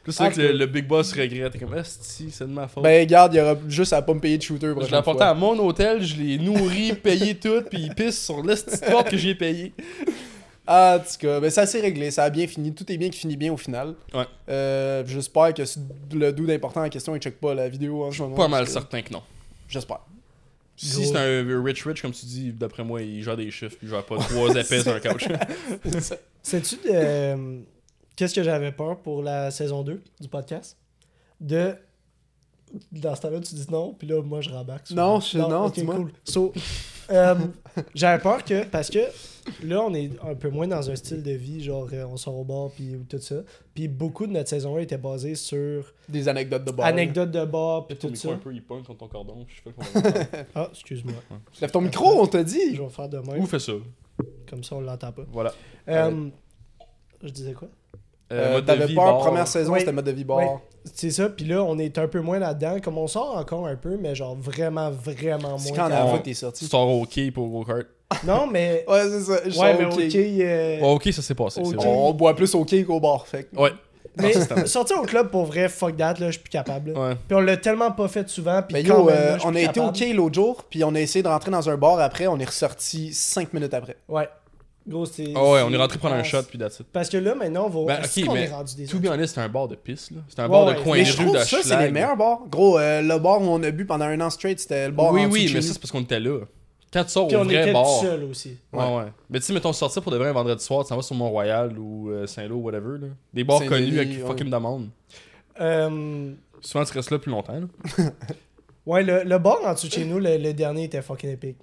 Plus c'est
Ah,
vrai que le, le Big Boss regrette. T'es comme, si, c'est de ma faute.
Ben, garde, il y aura juste à pas me payer de shooter,
Oh. je
prochaine
l'ai apporté
fois.
à mon hôtel, je l'ai nourri, [LAUGHS] payé tout, puis il pisse sur la petite porte que j'ai payé.
Ah, en tout cas, ben, ça s'est réglé, ça a bien fini, tout est bien qui finit bien au final.
Ouais.
Euh, J'espère que le doute important en question, il check pas la vidéo en ce moment.
Pas mal
parce que-
certain que non.
J'espère. [LAUGHS]
Si c'est un rich rich, comme tu dis, d'après moi, il gère des chiffres, puis il gère pas
[LAUGHS]
trois épais sur un couch.
Sais-tu de, euh, qu'est-ce que j'avais peur pour la saison 2 du podcast? De. Dans ce temps-là, tu dis non, puis là, moi, je rembarque. sur-
Non, je- non,
ok,
dis-moi.
cool. So, euh, [LAUGHS] j'avais peur que. Parce que là, on est un peu moins dans un style de vie, genre, euh, on sort au bar, puis tout ça. Puis beaucoup de notre saison 1 était basée sur
Des anecdotes de bar.
anecdotes de bar, puis tout ça.
peu, il punk contre ton cordon, je sais
[LAUGHS]
pas
Ah, excuse-moi.
Lève ton micro, on t'a dit.
Je vais faire de même,
Ou fais ça.
comme ça, on l'entend pas.
Voilà.
Euh, je disais quoi?
Euh,
Euh, mode de
T'avais
vie,
peur,
bar.
première saison,
Oui.
c'était mode de vie bar.
Oui. C'est ça, puis là, on est un peu moins là-dedans. Comme on sort encore un peu, mais genre vraiment, vraiment
C'est
moins.
quand
qu'avant.
la dernière fois que t'es
Tu
sorti.
sors au quai pour go kart.
Non, mais.
Ouais, c'est ça.
[LAUGHS]
je
ouais,
sors
mais
au
ok.
cake.
euh,
Oh, ok, ça s'est passé.
Au
c'est
quai.
bon.
On boit plus au cake qu'au bar, fait. que-
Ouais.
mais sortir au club pour vrai, fuck that, là, je suis plus capable. là.
Ouais.
Puis on l'a tellement pas fait souvent, puis
Mais
quand
yo,
même,
euh,
là, je suis
on a
plus
été au
capable.
cake l'autre jour, puis on a essayé de rentrer dans un bar après, on est ressorti 5 minutes après.
Ouais. Gros, c'est.
Ah ouais, on
c'est-
est rentré prendre un
Ah,
shot, puis that's it.
Parce que là, maintenant, on va.
Ben,
Est-ce
ok,
qu'on
mais
est rendu des
To be honest, c'est un bar de pisse, là. C'est un
Ouais,
bar de
ouais.
coin
mais
de
je
rue
trouve
de
ça, c'est les
schlag.
meilleurs bars. Gros, euh, le bar où on a bu pendant un an straight, c'était le bar
Oui,
en
oui,
dessous de
mais
chez
ça,
nous.
c'est parce qu'on était là. Quand tu sors
Puis
au
on
vrai
était
bar.
tout seul aussi.
Ouais, ouais. Mais tu sais, mettons, sortir pour de vrai un vendredi soir, tu s'en vas sur Mont-Royal ou euh, Saint-Lô, whatever, là. Des bars
Saint-Denis,
connus avec
ouais.
fucking demande.
Euh,
Souvent, tu restes là plus longtemps, là.
ouais, le, le bar en dessous de chez nous, le, le dernier était fucking épique.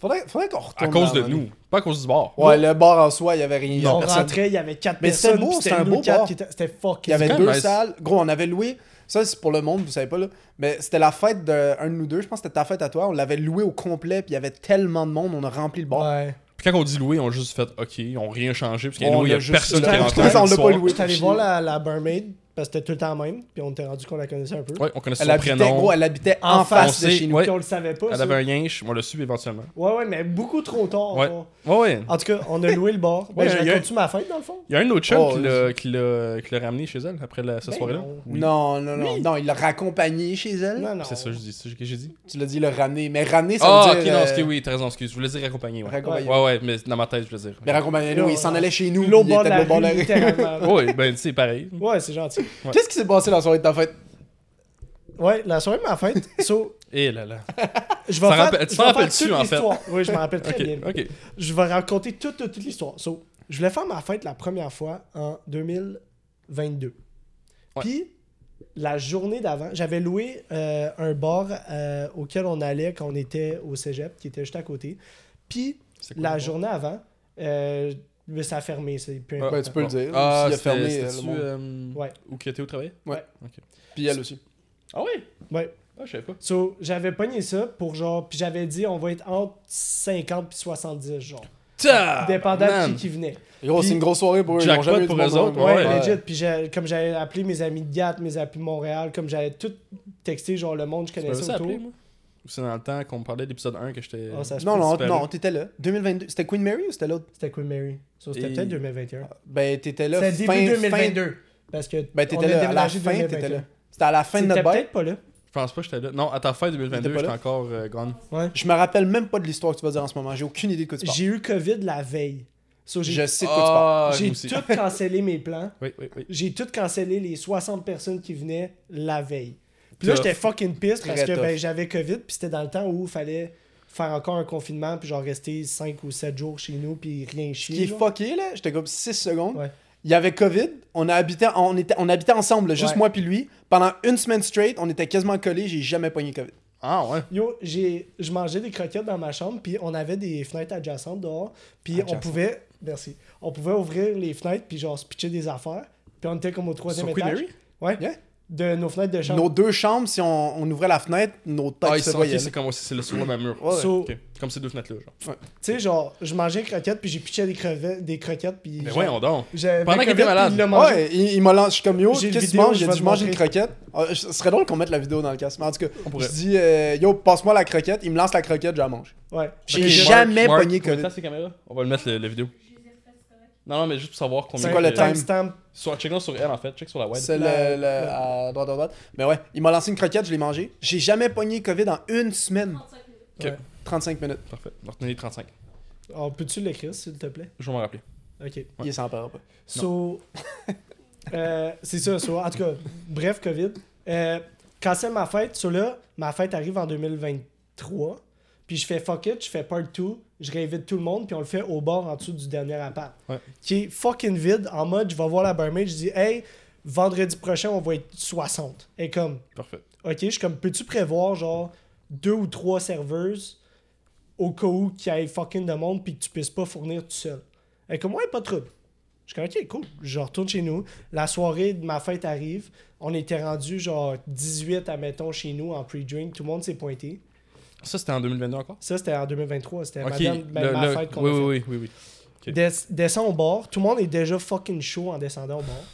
Faudrait, faudrait qu'on
À
retourne.
cause
là,
de
man.
nous, pas à cause du bar.
Ouais, le bar en soi, il y avait rien. il y avait
on
personne.
rentrait, il y avait 4
Mais c'était
personnes.
beau,
puis
c'était un
nous
beau
quatre
bar.
qui étaient- C'était fucking.
Il y avait
quand
deux
même nice.
salles. Gros, on avait loué. Ça, c'est pour le monde, vous savez pas, là. Mais c'était la fête d'un de nous deux. Je pense que c'était ta fête à toi. On l'avait loué au complet. Puis il y avait tellement de monde. On a rempli le bar.
Ouais.
Puis quand on dit louer, on a juste fait OK, ils ont rien changé parce qu'il y a
On
loué, il y
a
a
juste-
personne qui
Ouais,
est
parce que
rentré. le
[LAUGHS] on l'a
soir.
pas loué.
J'étais allé voir la, la barmaid parce que c'était tout le temps même. Puis on était rendu qu'on la connaissait un peu.
Ouais, on connaissait
Elle
son
habitait,
prénom.
gros, elle habitait
En
en face
face.
de
On
chez
sait,
nous.
ouais.
Puis on le savait pas.
Elle
ça.
avait un yinche, on l'a su éventuellement.
Ouais, ouais, mais beaucoup trop tard.
Ouais.
genre.
Ouais, ouais.
En tout cas, on a loué le bar. Ben,
Ouais,
je
il y a-
raconte-tu ma fête dans le fond?
Il y a un autre chum
Oh,
qui l'a- qui l'a qui l'a ramené chez elle après la, cette
Ben
soirée-là.
non.
Oui.
Non, non, non. Non, il l'a raccompagné chez elle.
Non, non.
C'est ça, je dis. C'est ce que j'ai dit.
Tu l'as dit, il l'a ramené. Mais ramené, ça
Ah,
veut
ok,
dire.
non,
euh,
ok, oui, t'as raison, excuse. Je voulais dire accompagné. Ouais.
Raccompagné.
ouais, ouais, mais dans ma tête, je voulais dire.
Mais raccompagné, nous, il s'en allait chez nous.
L'eau
puis il
bord de
était
la
au bord
rue,
de la rue.
[LAUGHS]
littéralement.
Ouais, ben, tu sais, pareil.
Ouais, c'est gentil.
Ouais.
Qu'est-ce qui s'est passé la soirée de ta fête
Ouais, la soirée de ma fête. So,
Et Eh là là.
je vais
Ça
faire,
rappelle- tu
je
t'en
vais faire
rappelles-tu,
toute
en fait?
l'histoire. Oui, je m'en rappelle très
Ok,
bien.
ok.
Je vais raconter toute, toute, toute l'histoire. So, je voulais faire ma fête la première fois en 2022.
Ouais.
Puis, la journée d'avant, j'avais loué euh, un bar euh, auquel on allait quand on était au cégep, qui était juste à côté. Puis,
C'est quoi,
la
bon?
journée avant, euh, mais ça a fermé. C'est peu
Ah,
important.
Ben, tu peux le dire.
Ah,
S'il a
c'était-
fermé,
c'était-tu,
euh, le monde.
euh,
Ouais.
Ou que t'es au travail
Puis elle aussi.
Ah oui
Ouais.
Ah, je savais pas.
So, j'avais pogné ça pour genre. Puis j'avais dit, on va être entre 50 puis 70, genre.
Ta
dépendant de
Ah, man.
qui, qui venait.
Et Gros,
Puis-
c'est une grosse soirée pour eux. Ils ont
Jackpot
jamais eu
pour
du hein.
eux
bon
autres,
moment.
Ouais,
Ouais.
legit. Puis j'ai- comme j'avais appelé mes amis de Gat, mes amis de Montréal, comme j'avais tout texté, genre le monde, je
Tu m'avais
connaissais
ça
autour.
appelé, moi Ou c'est dans le temps qu'on parlait de l'épisode 1 que j'étais.
Ah, ça se
Non,
peut.
non,
Disparu.
non, t'étais là. 2022. C'était Queen Mary ou c'était l'autre
C'était Queen Mary. So, c'était
Et-
peut-être 2021.
Ben, t'étais là.
C'était
fin-
début
fin-
2022. Parce que.
Ben,
on
t'étais
a
là. À la
déménagé
fin,
2021.
t'étais là. C'était à la fin de
T'étais
notre bail.
peut-être pas là.
Je pense pas que j'étais là. Non, à ta fin 2022,
T'étais pas
j'étais
là?
encore euh, gone.
Ouais.
Je me rappelle même pas de l'histoire que tu vas dire en ce moment. J'ai aucune idée de quoi tu parles.
J'ai eu COVID la veille. So, j'ai
Je sais de quoi tu parles.
j'ai
Ah, moi aussi.
tout cancellé mes plans.
Oui, oui, oui.
J'ai tout cancellé les 60 personnes qui venaient la veille. Puis là,
Tough.
j'étais fucking pisse parce
Très
que
tough.
ben, j'avais COVID, puis c'était dans le temps où il fallait faire encore un confinement, puis genre rester 5 ou 7 jours chez nous, puis rien
Ce qui
chier.
est
genre.
fucké, là, je te coupe 6 secondes.
Ouais.
Il y avait COVID, on, a habité, on, était, on habitait ensemble, là, juste
Ouais.
moi puis lui. Pendant une semaine straight, on était quasiment collés, j'ai jamais pogné COVID.
Ah, ouais.
Yo, j'ai- je mangeais des croquettes dans ma chambre, puis on avait des fenêtres adjacentes dehors, puis on
Adjacentes.
pouvait, merci, on pouvait ouvrir les fenêtres, puis genre se pitcher des affaires, puis on était comme au troisième
Sur Queen
étage.
Mary
Ouais.
Yeah.
De nos fenêtres de chambre.
Nos deux chambres, si on, on ouvrait la fenêtre, nos têtes
Ah, ils
se
sont ok,
voyaient.
c'est comme c'est le sur le même mur.
Ouais, ouais.
So-
Ok. Comme ces deux fenêtres-là, genre.
Tu sais, genre, je mangeais des croquettes, puis j'ai pitché des, crevettes, des croquettes, puis.
Mais
genre,
voyons donc.
j'avais
Pendant
mes
qu'il était
crevettes, puis
malade.
il l'a
là.
mangé.
ouais, il, il m'a lancé, je suis comme yo,
J'ai une
qu'est-ce que tu
vidéo,
manges
je
J'ai
vais
dit,
te
je mange une
montrer.
croquette. Ah, je- ce serait drôle qu'on mette la vidéo dans le casque, mais en tout cas,
On pourrait.
je dis, euh, yo, passe-moi la croquette, il me lance la croquette, je la mange.
Ouais.
J'ai
Ok,
jamais
Mark,
pogné
combien de
COVID.
temps ces caméras On va le mettre, le- la vidéo.
Je les ai refaites, c'est correct.
Non, non, mais juste pour savoir combien.
C'est quoi le
que-
time?
timestamp?
Sur, check sur elle en fait, check sur la wide.
C'est le,
La-
le- à droite, à droite. Mais ouais, il m'a lancé une croquette, je l'ai mangée. J'ai jamais pogné COVID en une semaine.
35
Ok,
minutes.
Ouais.
35 minutes.
parfait. On va retenir les 35.
Oh, Peux-tu l'écrire, s'il te plaît?
Je vais m'en rappeler.
Ok.
Il s'en parle pas.
So. [LAUGHS] euh, c'est ça, so, en tout cas, bref, COVID. Euh, cancel ma fête, so là, ma fête arrive en 2023. Puis je fais fuck it, je fais part 2, je réinvite tout le monde, puis on le fait au bord en dessous du dernier appart.
Ouais.
Qui est fucking vide, en mode, je vais voir la barmaid, je dis, hey, vendredi prochain, on va être 60. Et comme,
Parfait.
OK, je suis comme, peux-tu prévoir genre deux ou trois serveuses au cas où qu'il y ait fucking de monde puis que tu puisses pas fournir tout seul? Elle est comme, ouais, pas de trouble. Je suis comme, OK, cool. Je retourne chez nous. La soirée de ma fête arrive. On était rendu genre 18, admettons, chez nous en pre-drink. Tout le monde s'est pointé.
Ça, c'était en 2022 encore
Ça, c'était en 2023.
Euh,
C'était
Ok.
madame-
ben,
ma- ben,
le-
ma
le-
fête qu'on
oui,
a faite.
oui, oui, oui, oui. ok.
Des- descends au bord. Tout le monde est déjà fucking chaud en descendant au bord.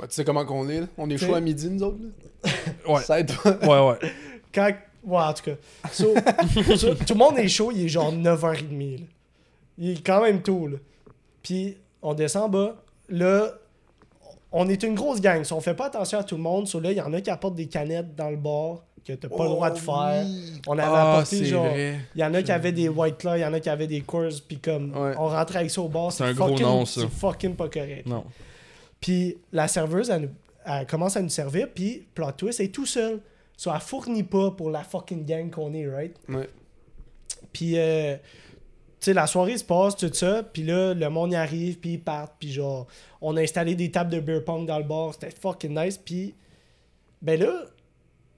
Ouais, tu sais comment qu'on est, là? On est
Tu
chaud
sais.
à midi, nous autres, là?
Ouais.
Ça aide pas.
Ouais, ouais.
Quand. Ouais, en tout cas. So, so, tout le monde est chaud, il est genre 9h30. là. Il est quand même tôt. Là. Puis on descend en bas. Là, on est une grosse gang. so on fait pas attention à tout le monde. So, là, il y en a qui apportent des canettes dans le bar que t'as pas le droit
Oh,
de faire. On avait
Ah,
apporté
c'est
genre.
vrai.
Il y en a qui avaient des White Claw, il y en a qui avaient des Coors. Puis comme
Ouais.
on rentrait avec ça au bar,
C'est un gros
fucking-
non, ça.
C'est fucking pas correct.
Non.
Puis la serveuse, elle, nous- elle commence à nous servir, puis plot twist, elle est tout seule. So, elle fournit pas pour la fucking gang qu'on est, right?
Ouais.
Puis, euh, tu sais, la soirée se passe, tout ça, puis là, le monde y arrive, puis ils partent, puis genre, on a installé des tables de beer pong dans le bar, c'était fucking nice, puis ben là,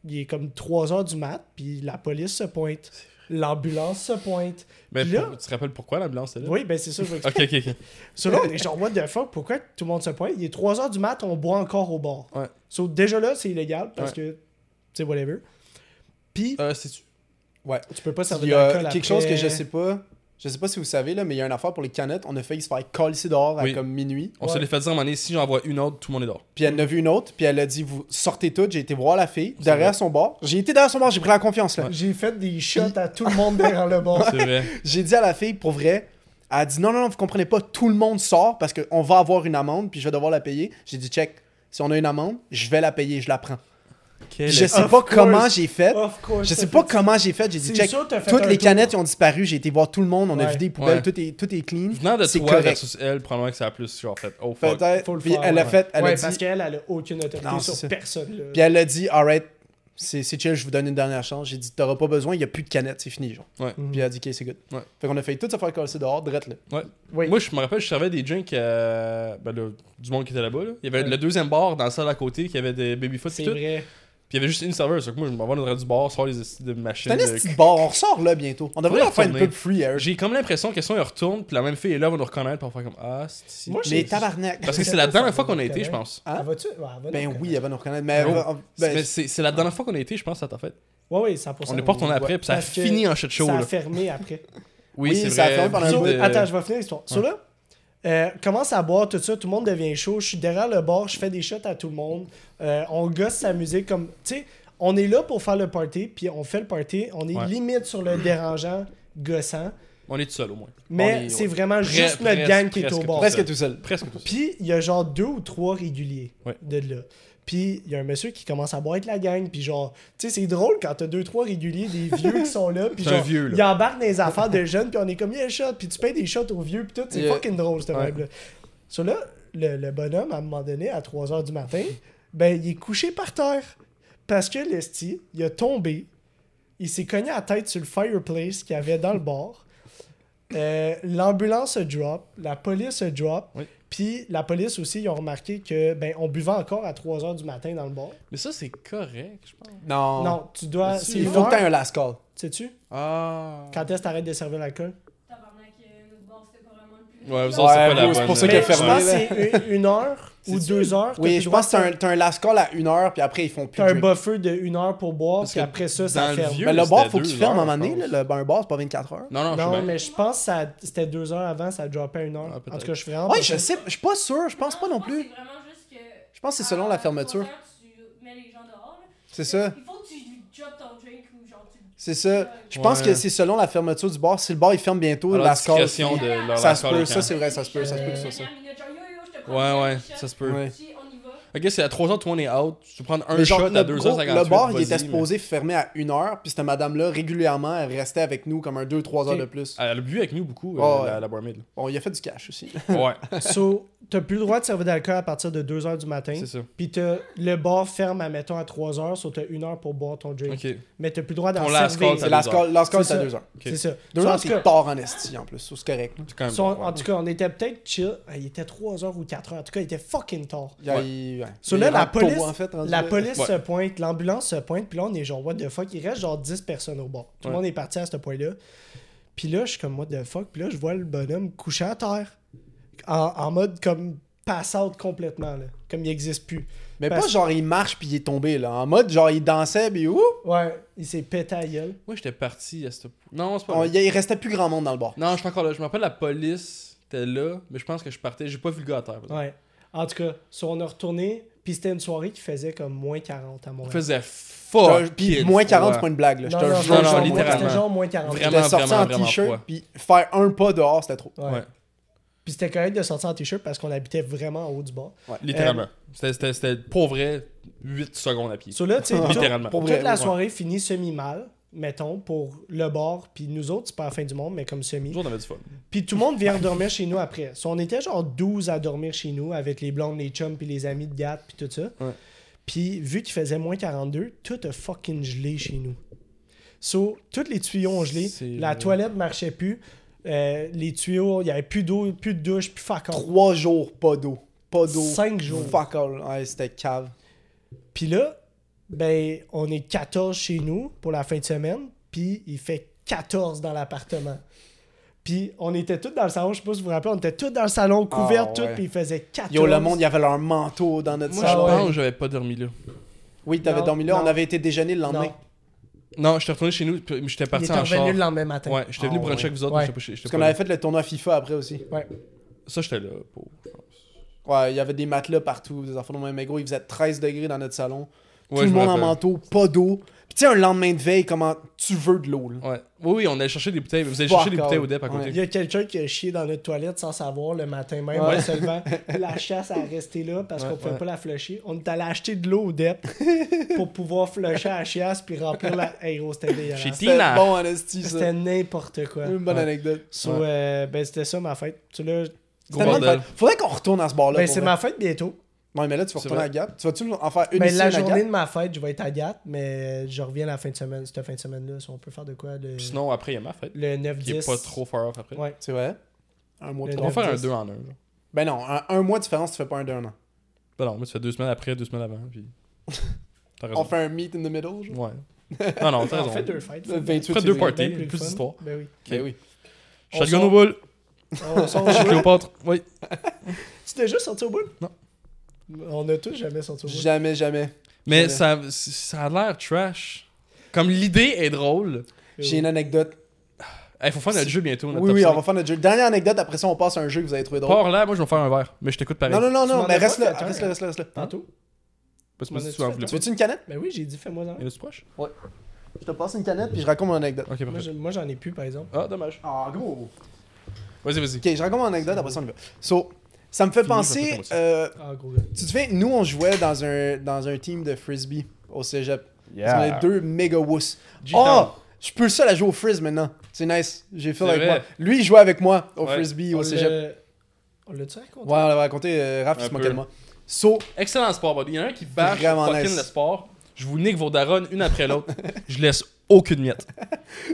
il est comme 3 heures du mat, puis la police se pointe. L'ambulance se pointe.
Mais
Puis là-
pour- tu te rappelles pourquoi l'ambulance était là?
Oui, ben c'est ça, je vais expliquer.
Ok, ok, ok.
So là, on
[LAUGHS]
est genre, what the fuck, pourquoi tout le monde se pointe? Il est 3h du mat, on boit encore au bar.
Ouais.
So déjà là, c'est illégal parce
Ouais.
que, tu sais, whatever. Puis,
Euh, c'est-tu?
tu peux pas
Il
servir
y a
d'alcool
quelque
après.
chose que je sais pas. Je sais pas si vous savez, là, mais il y a une affaire pour les canettes. On a failli se faire coller dehors à
Oui.
comme minuit.
On
Ouais.
se les fait dire à un moment donné, si j'en vois une autre, tout le monde est dehors.
Puis elle en a vu une autre. Puis elle a dit Vous sortez toutes. J'ai été voir la fille derrière son bar. J'ai été derrière son bar. J'ai pris la confiance. là.
J'ai fait des shots à tout le monde derrière le bar.
[LAUGHS]
C'est vrai.
J'ai dit à la fille Pour vrai. Elle a dit Non, non, non, vous comprenez pas. Tout le monde sort parce qu'on va avoir une amende. Puis je vais devoir la payer. J'ai dit Check. Si on a une amende, je vais la payer. Je la prends.
Quelle
Je sais
Of
pas
course.
comment j'ai fait.
Of course,
Je
t'as
sais
fait
pas
ça.
comment j'ai fait. J'ai dit
C'est
Check.
sûr, t'as fait
Toutes
un
les
tour.
canettes ils ont disparu. J'ai été voir tout le monde. On a
Ouais.
vidé les poubelles.
Ouais.
Tout, est, tout est clean.
Venant de
C'est
toi
correct.
versus elle, probablement que ça a plus genre fait. Oh fuck.
Faut
Peut-être.
le
Puis
faire,
elle a
ouais.
fait. Elle
ouais,
a dit-
parce qu'elle, elle a aucune autorité
Non,
sur
c'est ça.
personne. là.
Puis elle a dit, alright, c'est c'est chill, je vous donne une dernière chance. J'ai dit, t'auras pas besoin, il y a plus de canette, c'est fini, genre.
Ouais.
Mm.
Puis elle a dit, ok, c'est good.
Ouais.
Fait qu'on a failli tout se faire coller dehors, drette là.
Ouais.
Oui.
Moi, je me rappelle, je servais des drinks euh, ben, le- du monde qui était là-bas. là. Il y avait
Ouais.
le deuxième bar dans la salle à côté qui avait des babyfoot
c'est
et tout. Puis
vrai.
il y avait juste une serveuse. Donc, moi, je m'en vais dans le reste du bar, sort les esti de machines.
C'est un
de-
esti de bar, on ressort là bientôt. On devrait
Faudrait
leur faire une
retourner.
pub free à eux.
J'ai comme l'impression que si on y retourne, puis la même fille est là, va nous reconnaître, pour faire comme Ah, c'est.
Moi,
Mais
j'ai-
tabarnak.
Parce que c'est
Je
la
sais pas
dernière
si
fois
on
qu'on a
va
été, je
reconnaître.
pense.
Hein?
Elle va-tu? Ouais, elle va euh,
Ben
nous
oui, elle va nous reconnaître. Mais elle
Non.
va- ben,
Mais c'est c'est la dernière fois qu'on a été, je pense, à ta fête.
Ouais, oui, 100%.
On n'est pas retourné
oui.
après, puis ça a
Parce que
fini en shit show.
Ça a
là.
fermé
[LAUGHS]
après.
Oui,
Oui,
c'est
ça a
vrai.
fermé pendant un
Puis
So,
bout.
de-
Attends, je vais finir l'histoire. So là, euh, commence à boire tout ça, tout le monde devient chaud. Je suis derrière le bar, je fais des shots à tout le monde. Euh, on gosse sa musique comme. Tu sais, on est là pour faire le party, puis on fait le party. On est
Ouais.
limite sur le dérangeant, gossant.
On est tout seul au moins. On
Mais
est-
c'est
ouais.
vraiment
Pre-
juste notre
presque-
gang qui est
presque
au
tout
bar.
Presque tout seul.
Presque tout.
Puis il y a genre deux ou trois réguliers
Ouais.
de là. Puis il y a un monsieur qui commence à boire avec la gang. Puis genre, tu sais, c'est drôle quand t'as deux, trois réguliers, des vieux qui sont là. Puis
C'est un
genre,
vieux, là.
ils embarquent dans les affaires de jeunes. Puis on est comme, yeah, shot. Puis tu payes des shots aux vieux. Puis tout, c'est
Yeah.
fucking drôle, cette
Ouais.
vibe-là. So là, le, le bonhomme, à un moment donné, à 3 h du matin, ben il est couché par terre. Parce que l'esti, il a tombé. Il s'est cogné la tête sur le fireplace qu'il y avait dans le bar. Euh, L'ambulance a drop, la police a drop,
Oui.
puis la police aussi, ils ont remarqué que ben on buvait encore à 3 h du matin dans le bar.
Mais ça, c'est correct, je pense.
Non.
Non, tu dois. C'est
Ah. Il
une
faut que t'aies
heure,
un last call.
sais-tu?
Ah.
Quand est-ce que t'arrêtes de servir l'alcool?
Tabarnak, euh, notre bar, c'était pas vraiment le plus.
Ouais, vous
Ouais,
autres, c'est pas la
vous,
bonne.
c'est pour ça
Mais
qu'il a
je
fermé,
pense que
là.
c'est une- une heure ou
C'est-tu?
deux heures. t'as
Oui,
plus
je
le droit
pense que t'as un,
de-
t'as un last call à une heure, puis après ils font plus
T'as
de
un
drink.
buffer de une heure pour boire,
Parce
puis
que
après ça,
dans
ça
le
ferme.
vieux-
Mais le bar,
C'était
faut qu'il
deux
ferme à un
heures,
moment donné.
je
là,
pense.
Le bar, bar, c'est pas 24 heures.
Non, non, je
Non,
suis bien.
mais je pense que ça- c'était deux heures avant, ça dropait à une heure.
Ah,
en
peut-être.
tout cas, je suis vraiment.
Ouais,
pas
je
sûr.
sais, je suis pas sûr, je pense pas non plus.
C'est vraiment juste que.
Je pense que c'est selon la
à
fermeture.
3 heures, Tu mets les gens dehors. là.
C'est ça.
Il faut que tu drops ton drink ou genre tu.
C'est ça. Je
Ouais.
pense que c'est selon la fermeture du bar. Si le bar il ferme bientôt,
À
la
la
last call.
discrétion de leur
Ça
last
se
call
peut,
au
ça
camp.
c'est vrai, ça se peut, ça se peut que ce soit ça.
Ouais, ouais, ça se peut.
Ouais.
Si on y va.
Ok, c'est à 3h, tout le monde est out. Tu peux prendre un
Mais genre,
shot
le,
à
gros-
2h58.
le bar, il
vas-y,
était
mais-
supposé fermer à 1h, puis cette madame-là, régulièrement, elle restait avec nous comme un 2-3 heures
Ok.
de plus.
Ah, Elle a bu avec nous beaucoup, euh,
Ah, Ouais, ouais.
la, la barmaid.
Bon, il a fait du cash aussi.
Ouais,
So, t'as plus le droit de servir d'alcool à partir de 2 heures du matin.
c'est ça.
Puis t'as- le bar ferme, à, mettons, à 3 heures, soit t'as une heure pour boire ton drink.
Ok.
Mais t'as plus le droit d'en
Ton last
servir.
call,
C'est
à
last
deux heures.
call, last call,
C'est
c'est à
ça.
2h.
C'est ça.
Deux
So, en
heures,
tout
c'est
cas,
tard en esti, en plus, so, c'est correct. là.
C'est quand même
so,
bon,
en-
ouais.
en tout cas, on était peut-être chill. Ah, Il était 3 heures ou 4 heures. En tout cas, il était fucking tard.
Il y a-
Ouais.
il- ouais.
So
Il
là,
est
la
rendu tôt,
police,
en fait, rendu
la
là.
police
Ouais.
se pointe, l'ambulance se pointe, puis là, on est genre, what the fuck. Il reste genre 10 personnes au bar. Tout le
Ouais.
monde est parti à ce point-là. Puis là, je suis comme, what the fuck. Puis là, je vois le bonhomme couché à terre. En, en mode comme pass out complètement, là. Comme il n'existe plus.
Mais
Parce-
pas genre il marche puis il est tombé, là. En mode genre il dansait, puis ouh!
Ouais, il s'est pété à la gueule.
Moi, j'étais parti à ce. Non, c'est pas.
on-
vrai.
Il Ah, il restait plus grand monde dans le bar.
Non, je suis encore là. Je me rappelle, la police était là, mais je pense que je partais. J'ai pas vu le gars à terre. par exemple.
Ouais. En tout cas, so, on a retourné, puis c'était une soirée qui faisait comme moins 40 à
Il
Montréal.
faisait
Je-
fort.
Puis moins 40, c'est pas une blague, là. Je
Non,
te
non,
jure,
non,
genre,
non,
moins 40.
C'était genre moins 40.
Vraiment.
J'étais sorti en
vraiment
t-shirt,
froid.
puis faire un pas dehors, c'était trop.
Ouais.
Ouais.
Puis c'était correct de sortir en t-shirt parce qu'on habitait vraiment en haut du bord.
Littéralement. C'était- C'était c'était pour vrai 8 secondes à pied.
So là, tu sais,
Littéralement.
Pour
toute
vrai,
la
ouais.
soirée finit semi-mal, mettons, pour le bord, puis nous autres, c'est pas la fin du monde, mais comme semi.
Toujours, on avait du fun.
Puis tout le monde vient dormir chez nous après. So, on était genre 12 à dormir chez nous avec les blondes, les chums, puis les amis de Gat, puis tout ça.
Ouais.
Puis vu qu'il faisait moins 42, tout a fucking gelé chez nous. So, tous les tuyaux ont gelé,
C'est
la
vrai.
toilette marchait plus, euh, les tuyaux, il y avait plus d'eau, plus de douche, plus fuck all.
Trois jours, pas d'eau. Pas d'eau.
Cinq jours.
Fuck all. Ouais, c'était cave.
Puis là, ben, on est 14 chez nous pour la fin de semaine, puis il fait 14 dans l'appartement. Puis on était tous dans le salon, je sais pas si vous vous rappelez, on était tous dans le salon, couverts,
Ah,
tous,
ouais.
puis il faisait 14.
Yo, le monde, il y avait leur manteau dans notre
Moi,
Ah
je
salon.
ouais.
pense que j'avais pas dormi là.
Oui, t'avais
Non,
dormi là,
non.
on avait été déjeuner le lendemain.
Non.
Non, j'étais retourné chez nous, puis j'étais
Il
parti
était
en char.
revenu le lendemain matin.
Ouais, j'étais venu
Ah,
bruncher
ouais.
avec vous autres,
Ouais.
mais j'étais pas chez- j'étais
Parce qu'on
pas
avait
là.
fait le tournoi FIFA après aussi.
Ça, j'étais là pour.
Ouais, il y avait des matelas partout, des enfants de même. Mais gros, il faisait 13 degrés dans notre salon.
Ouais,
Tout
je
le
me
monde en
rappelle.
manteau, pas d'eau. Puis tu sais, un lendemain de veille, comment tu veux de l'eau, là.
Ouais. Oui, oui, on allait chercher des bouteilles. Vous allez
Fuck
chercher des
all.
bouteilles au DEP à côté.
Il y a quelqu'un qui a chié dans notre toilette sans savoir le matin même
Ouais.
en se
[LAUGHS]
levant. La chasse a resté là parce
Ouais,
qu'on pouvait
ouais.
pas la flusher. On est allé acheter de l'eau au
[LAUGHS]
DEP pour pouvoir flusher la chasse puis remplir la. Hey gros, c'était dégueulasse.
Chez
C'était
Tina.
bon, Anastie, ça.
C'était n'importe quoi.
Une bonne
Ouais.
anecdote.
So,
Ouais.
euh, ben, c'était ça ma fête. Tu l'as-
Gros
C'était une bonne
bordel.
fête. Faudrait qu'on retourne à ce bar-là.
Ben,
pour
c'est
vrai.
ma fête bientôt.
Ouais, mais là, tu vas
C'est
retourner
vrai.
à Gap. Tu vas-tu en faire une
Ben,
ici,
la
une à Gap?
journée de ma fête, je vais être à Gap, mais je reviens la fin de semaine, cette fin de semaine-là. Si on peut faire de quoi le,
Puis sinon, après, il y a ma fête.
le 9-10.
Qui est pas trop far off après.
Ouais.
C'est vrai? Un mois
Le
plus
On va
tard.
faire un
9-10.
2 en 1. Genre.
Ben non, un, un mois de différence, tu fais pas un d'un an.
Ben non, mais tu fais 2 semaines après, 2 semaines avant.
[LAUGHS]
Puis. T'as raison.
On fait un meet in the middle, genre.
Ouais. Non,
[LAUGHS]
non, t'as
On
raison.
fait deux fêtes.
Le
On
28
fait deux
février.
parties,
Ben
plus,
le fun.
d'histoire.
Ben oui.
Ben oui.
On
Shotgun
sort-
[LAUGHS]
au boule.
On s'en
[LAUGHS] Cléopâtre. Oui.
Tu t'es déjà sorti au boule?
Non.
On a tous jamais sorti au boule.
Jamais, jamais.
Mais
Ouais.
ça, ça a l'air trash. Comme l'idée est drôle.
Euh,
J'ai une anecdote.
Il faut faire notre jeu bientôt. Notre
Oui,
top
oui, on
5.
va faire notre jeu. Dernière anecdote, après ça, on passe à un jeu que vous avez trouvé drôle.
Pars là, moi je vais me faire un verre. Mais je t'écoute pareil.
Non, non, non,
Tu
non,
m'en
mais
as
reste
pas
là,
fait un,
reste là, reste là, reste là.
Tantôt?
Parce que
m'en
moi, si
as-tu
tu en
fait
voulais
Tu
pas.
veux-tu une canette?
Ben oui, j'ai dit fais-moi dans.
Il y en a-tu proche
Je te passe une canette, puis je raconte mon anecdote.
Ok,
Moi,
parfait.
j'ai- Moi, j'en ai plus, par exemple.
Ah, dommage.
Ah, gros.
Vas-y, vas-y.
Ok, je raconte mon anecdote, après ça on y va. So, ça me fait
Fini, je vais
penser.
faire ça.
euh,
Ah, gros gars.
tu te souviens, nous on jouait dans un, dans un team de frisbee au cégep. On est deux méga wuss. Oh! Je peux seul à jouer au frisbee maintenant. C'est nice. J'ai fait
C'est
avec
vrai.
moi. Lui, il jouait avec moi au
Ouais.
frisbee
On
au cégep. Ouais,
l'a- On l'a-tu
on
raconté?
l'avait raconté. euh, Raph, il
Un
se moquait
peu.
de moi. So,
Excellent sport, buddy. Il y en a un qui bâche
Vraiment
fucking
nice.
le sport. Je vous nique vos darons une
[LAUGHS]
après l'autre. je laisse aucune miette.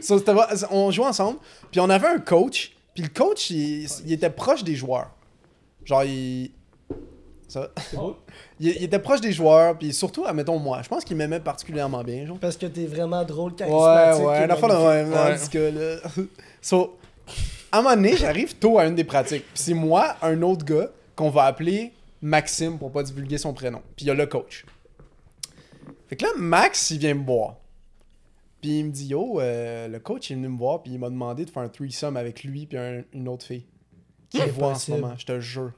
so, c'était vrai- on jouait ensemble. Puis on avait un coach. Puis le coach, il, il était proche des joueurs. Genre, il. Ça va?
C'est beau.
[LAUGHS] Il, il était proche des joueurs. Puis surtout, admettons moi. Je pense qu'il m'aimait particulièrement bien. Genre.
Parce que t'es vraiment drôle,
Ouais,
charismatique.
ouais,
et
la fois, là, ouais,
magnifique.
ouais. que hein, là. [LAUGHS] So, à un moment donné, j'arrive tôt à une des pratiques. Puis c'est moi, un autre gars, qu'on va appeler Maxime pour pas divulguer son prénom. Puis il y a le coach. Fait que là, Max, il vient me voir. Puis il me dit, yo, euh, le coach est venu me voir, puis il m'a demandé de faire un threesome avec lui, puis un- une autre fille. Qui
C'est
voit en ce
possible.
moment, je te jure.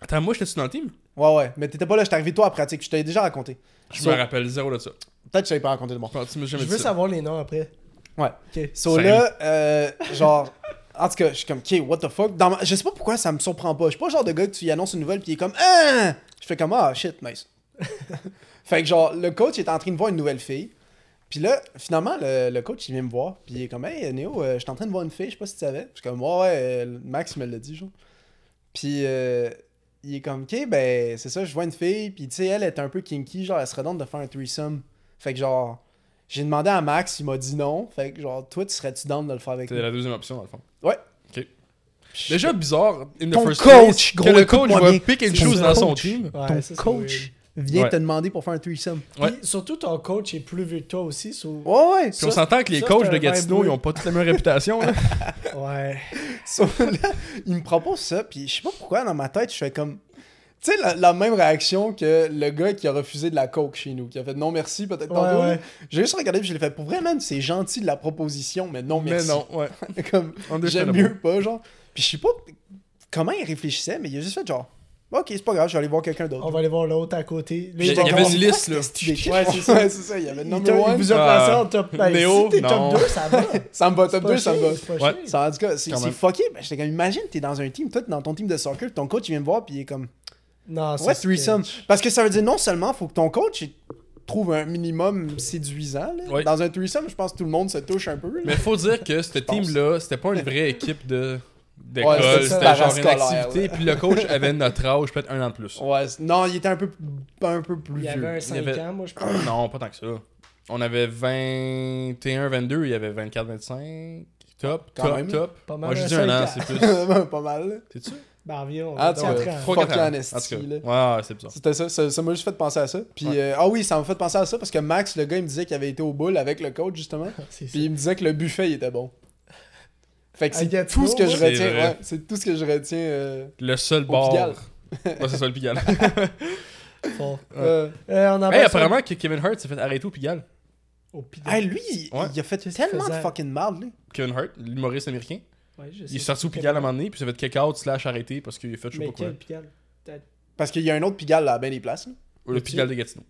Attends, moi j'étais-tu dans le team
Ouais, ouais, mais t'étais pas là, j'étais arrivé tôt à la pratique, je t'avais déjà raconté.
Je
So-
me rappelle zéro de ça.
Peut-être que je t'avais pas raconté de moi.
Je pense que tu m'as
Je
jamais
veux
dit ça.
savoir les noms après.
Ouais.
Ok.
So
Salut.
là, euh, genre, en tout cas, je suis comme, ok, what the fuck. Dans ma- Je sais pas pourquoi ça me surprend pas. Je suis pas le genre de gars que tu y annonces une nouvelle puis il est comme, ah! Je fais comme, ah, shit, nice. fait que genre, le coach est en train de voir une nouvelle fille. Puis là, finalement, le, le coach, il vient me voir. Puis il est comme, hey, Néo, euh, je suis en train de voir une fille, je sais pas si tu savais. Je suis comme, ouais, ouais, euh, Max me l'a dit, genre. Puis euh, il est comme, ok, ben, c'est ça, je vois une fille. Puis tu sais, elle est un peu kinky, genre, elle serait tente de faire un threesome. Fait que genre, j'ai demandé à Max, il m'a dit non. Fait que genre, toi, tu serais-tu down de le faire avec
C'était
nous?
la deuxième option dans le fond.
Ouais.
Ok. Déjà bizarre, in the
Ton
first
coach,
place,
gros,
que le
écoute-moi
coach va
bien.
pick and
C'est
choose
ton
dans son
coach.
team.
Ouais,
ton
ça, c'est
coach vient
Ouais.
te demander pour faire un threesome.
weird. Puis, surtout, ton coach est plus vieux que toi aussi. so-
Ouais, ouais.
Puis on
ça-
s'entend que les
ça,
coachs
c'est
de
un
Gatineau,
vibe
ils ont pas toute la même réputation. là.
Ouais.
ça- [LAUGHS] là, il me propose ça, puis je sais pas pourquoi, dans ma tête, je fais comme... Tu sais, la, la même réaction que le gars qui a refusé de la coke chez nous, qui a fait non merci peut-être
Ouais,
tantôt,
ouais.
là. J'ai juste regardé, puis je l'ai fait, pour vrai, man, c'est gentil de la proposition, mais non [LAUGHS]
Mais
merci.
non, ouais.
[LAUGHS] comme,
On
j'aime
déchaîne le
mieux pas, genre. Puis je sais pas comment il réfléchissait, mais il a juste fait genre... Ok, c'est pas grave, je vais aller voir quelqu'un d'autre.
On va aller voir l'autre à côté.
Il y
gens
avait
vont-
une liste là.
Ouais, c'est
c'est
ça.
ça.
Il y avait
Il,
number
t'a- il
one.
vous a
Ah.
placé en top 1.
Néo,
si t'es
non.
top 2, ça va.
Ça me va [LAUGHS] top
C'est pas
2, ça me
cher,
va.
c'est pas
Ouais.
cher.
Ça, en tout cas, c'est
Quand
c'est
même.
fucké. Ben, j'étais comme, imagine, t'es dans un team, toi, t'es dans ton team de soccer, ton coach, il vient me voir, puis il est comme,
Non, ça,
ouais,
Ah, c'est-
threesome. Parce que ça veut dire, non seulement, faut que ton coach il trouve un minimum séduisant, là.
Ouais.
Dans un threesome, je pense que tout le monde se touche un peu, là.
Mais faut dire que cette team-là, c'était pas une vraie équipe de d'école,
Ouais, c'était ça,
c'était genre une
parascolaire,
activité.
ouais.
Puis le coach avait notre âge, peut-être un an de
[COUGHS]
plus.
Ouais, c'est- non, il était un peu, un peu
Il
plus
y
vieux. [LAUGHS]
avait un 5
avait-
ans, moi, je pense.
Non, pas tant que ça. On avait 21, 22, il y avait 24, 25. Top,
Quand
top,
même.
top.
Pas mal,
Moi, je
un
dis
cinq
un an,
ans.
c'est plus.
Pas mal. là. [LAUGHS]
C'est ça?
Ben, environ.
Ah,
quatre
tiens.
ans.
Fuck la anestie, là.
Ouais, ouais, c'est bizarre.
C'était ça, ça ça m'a juste fait penser à ça. Puis,
Ouais.
euh, ah oui, ça m'a fait penser à ça parce que Max, le gars, il me disait qu'il avait été au boule avec le coach, justement.
[LAUGHS] C'est ça.
Puis il me disait que le buffet, il était bon. Fait que
I
c'est
get
tout ce que
no,
je
ouais.
retiens.
C'est vrai.
ouais, c'est tout ce que je retiens. euh,
Le seul
Au
bar.
Pigalle.
[LAUGHS]
Ah,
Ouais, c'est ça,
[LAUGHS]
le Pigalle.
Fort.
euh,
Euh, on en
hey,
passe-
apparemment que Kevin Hart s'est fait arrêter au Pigalle.
Au pire.
hey, lui, il-
Ouais.
il a fait
qu'il
tellement de
faisait?
fucking marde, là.
Kevin Hart, l'humoriste américain.
Ouais, je sais.
Il est sorti au Pigalle à un moment donné, puis il s'est fait kick out slash arrêté parce qu'il a fait je sais
Mais
pas quoi.
quel Pigalle
Parce qu'il y a un autre Pigalle là, à bien des places. là.
Le Pigalle de Gatineau.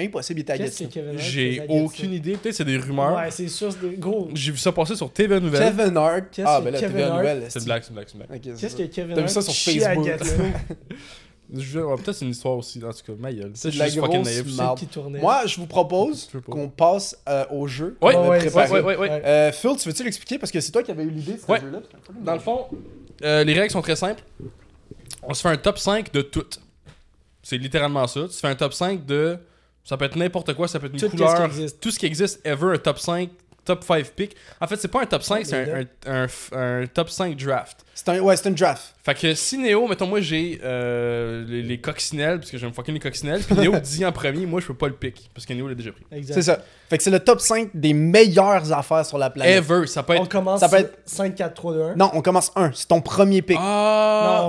Impossible, il était à
Qu'est-ce
Gatineau.
que Kevin Hart faisait
J'ai
à Gatineau?
aucune idée. Peut-être c'est des rumeurs.
Ouais, c'est sûr, c'est des- gros.
J'ai vu ça passer sur TV Nouvelle.
Kevin Hart.
Qu'est-ce
Ah,
que
ben là,
Kevin
TV
Hart-
Nouvelle.
C'est une blague, c'est une blague, c'est une blague.
Qu'est-ce que Kevin
T'as vu
Hart
ça sur
chie à
Facebook? [LAUGHS]
Gatineau?
Je- ouais, Peut-être c'est une histoire aussi, en tout cas. Ma gueule.
C'est de
Je
la
suis fucking
grosse
naïf.
marde.
qui tournait.
Moi, je vous propose
Je peux pas.
qu'on passe euh, au jeu.
Ouais,
qu'on a
ouais,
préparé.
ouais, ouais, ouais.
Euh, Phil, tu veux-tu l'expliquer? Parce que c'est toi qui avais eu l'idée de ce
Ouais.
jeu-là.
Dans le fond, euh, les règles sont très simples. On se fait un top 5 de toutes. C'est littéralement ça. Tu te fais un top 5 de. Ça peut être n'importe quoi, ça peut être une
Tout
couleur.
qu'est-ce qui existe.
Tout ce qui existe ever, un top 5, top 5 pick. En fait, c'est pas un top 5,
Ouais,
c'est un,
mais
un- un f- un top 5 draft.
C'est un, ouais, c'est une draft.
Fait que si Néo, mettons, moi j'ai euh, les, les coccinelles, parce que j'aime fucking les coccinelles,
[LAUGHS]
puis Néo dit en premier, moi je peux pas le pick, parce que Néo l'a déjà pris.
Exact.
C'est ça. Fait que c'est le top 5 des meilleures affaires sur la planète.
Ever, ça peut
On
être.
commence
ça peut être-
5, 4, 3, 2, 1.
Non, on commence un. C'est ton premier pick.
Ah!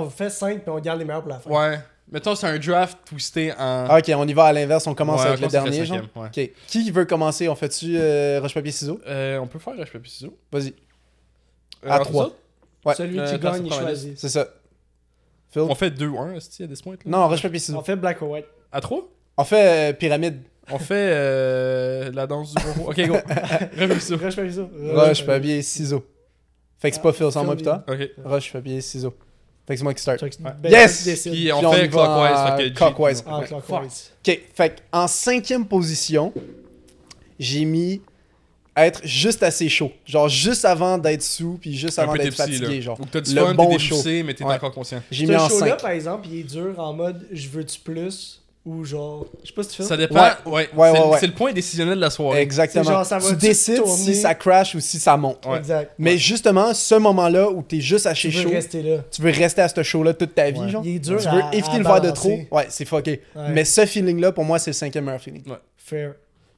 Non, on fait 5 puis on garde les meilleurs pour la fin.
Ouais. Mettons, c'est un draft twisté en.
Ah, Ok, on y va à l'inverse. On commence
Ouais,
avec
je
le
pense que c'est
dernier,
le
genre.
cinquième, ouais.
Ok. Qui veut commencer? On fait-tu euh, roche-papier-ciseaux?
Euh, on peut faire roche papier ciseaux.
Vas-y.
Euh,
À
entre
trois.
nous autres,
Ouais.
Celui
Euh,
qui
dans
gagne, il
cette
choisit.
C'est ça. Phil?
On fait 2-1 esti, à des points. là.
Non, roche-papier-ciseaux.
On fait black or white.
À 3
On fait euh, pyramide.
On fait euh, la danse du
[LAUGHS]
bonbon. Ok, go. Remis ça.
Rush, papier, ça.
Roche-papier-ciseaux. Fait que c'est pas Phil, sans
Ah, Phil,
moi plus tard.
Ok.
Roche-papier-ciseaux. Fait que c'est moi qui start.
Fait que c'est une
Ouais. euh,
belle
Yes!
décision.
Puis on
Puis on y
fait
va
clockwise.
en
fait que G-
clockwise.
Ben, Ah,
Ouais.
clockwise.
Ok, fait en cinquième position, j'ai mis être juste assez chaud. Genre juste avant d'être sous, puis juste
Un
avant
peu
d'être
tipsy,
fatigué,
là.
genre.
Ou que t'as du
Le
fun,
bon
t'es
show.
dépoussé, mais t'es
Ouais.
encore conscient.
J'ai mis
Ce
en
show-là,
5.
par exemple, il est dur en mode je veux-tu plus ou genre. Je sais pas si tu fais
Ça
ça.
dépend.
Ouais.
Ouais,
Ouais,
c'est,
ouais, ouais.
c'est le point décisionnel de la soirée.
Exactement.
C'est genre, ça
tu
va-tu
décides si
tourner?
ça crash ou si ça monte.
Ouais.
Exact.
Mais justement, ce moment-là où t'es juste assez
Je
chaud,
veux rester là.
tu veux rester à ce show-là toute ta vie,
Ouais.
genre.
Il est dur
tu
à-
veux
à
éviter le verre de trop.
balancer.
Ouais, c'est fucké.
Ouais.
Mais ce feeling-là, pour moi, c'est le cinquième meilleur
[LAUGHS]
feeling.
Fair.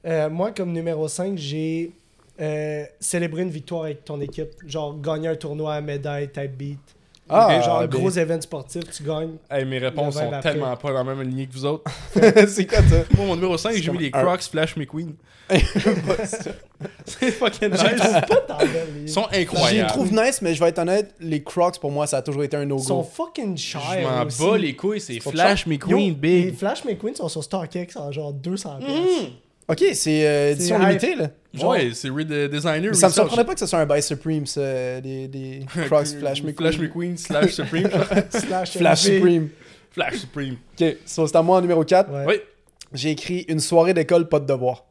Euh, moi, comme numéro 5, j'ai euh, célébré une victoire avec ton équipe. Genre, gagner un tournoi à médaille, type beat.
Ah,
genre,
ben.
gros événement sportif, tu
[LAUGHS]
gagnes.
Hey, mes réponses
Le vibe
sont
après.
tellement pas dans la même lignée que vous autres.
c'est quoi ça?
Moi, mon numéro 5, j'ai
comme
mis les
un-
Crocs Flash McQueen. c'est
Je
fucking nice.
trouve pas tant belle, les-
Ils sont
Je les
incroyables.
trouve nice, mais je vais être honnête, les Crocs, pour moi, ça a toujours été un
Ils sont
no-go.
fucking chers.
Je m'en
aussi.
bats les couilles, c'est
pas
Flash
Yo,
McQueen,
Les
big.
Flash McQueen sont sur StockX en genre 200 pièces.
Ok, c'est euh, édition
hype.
limitée, là.
Genre-
Ouais, c'est Red euh, Designer.
Mais ça me
research.
surprendrait pas que ce soit un Buy Supreme, ça, euh,
[LAUGHS]
des, des [LAUGHS] Crocs Flash McQueen.
[LAUGHS] Flash McQueen slash Supreme. [LAUGHS]
Slash
Flash
LV.
Supreme.
Flash Supreme.
Ok, so c'est à moi en numéro 4.
Ouais.
Oui.
J'ai écrit Une soirée d'école, pas de devoir.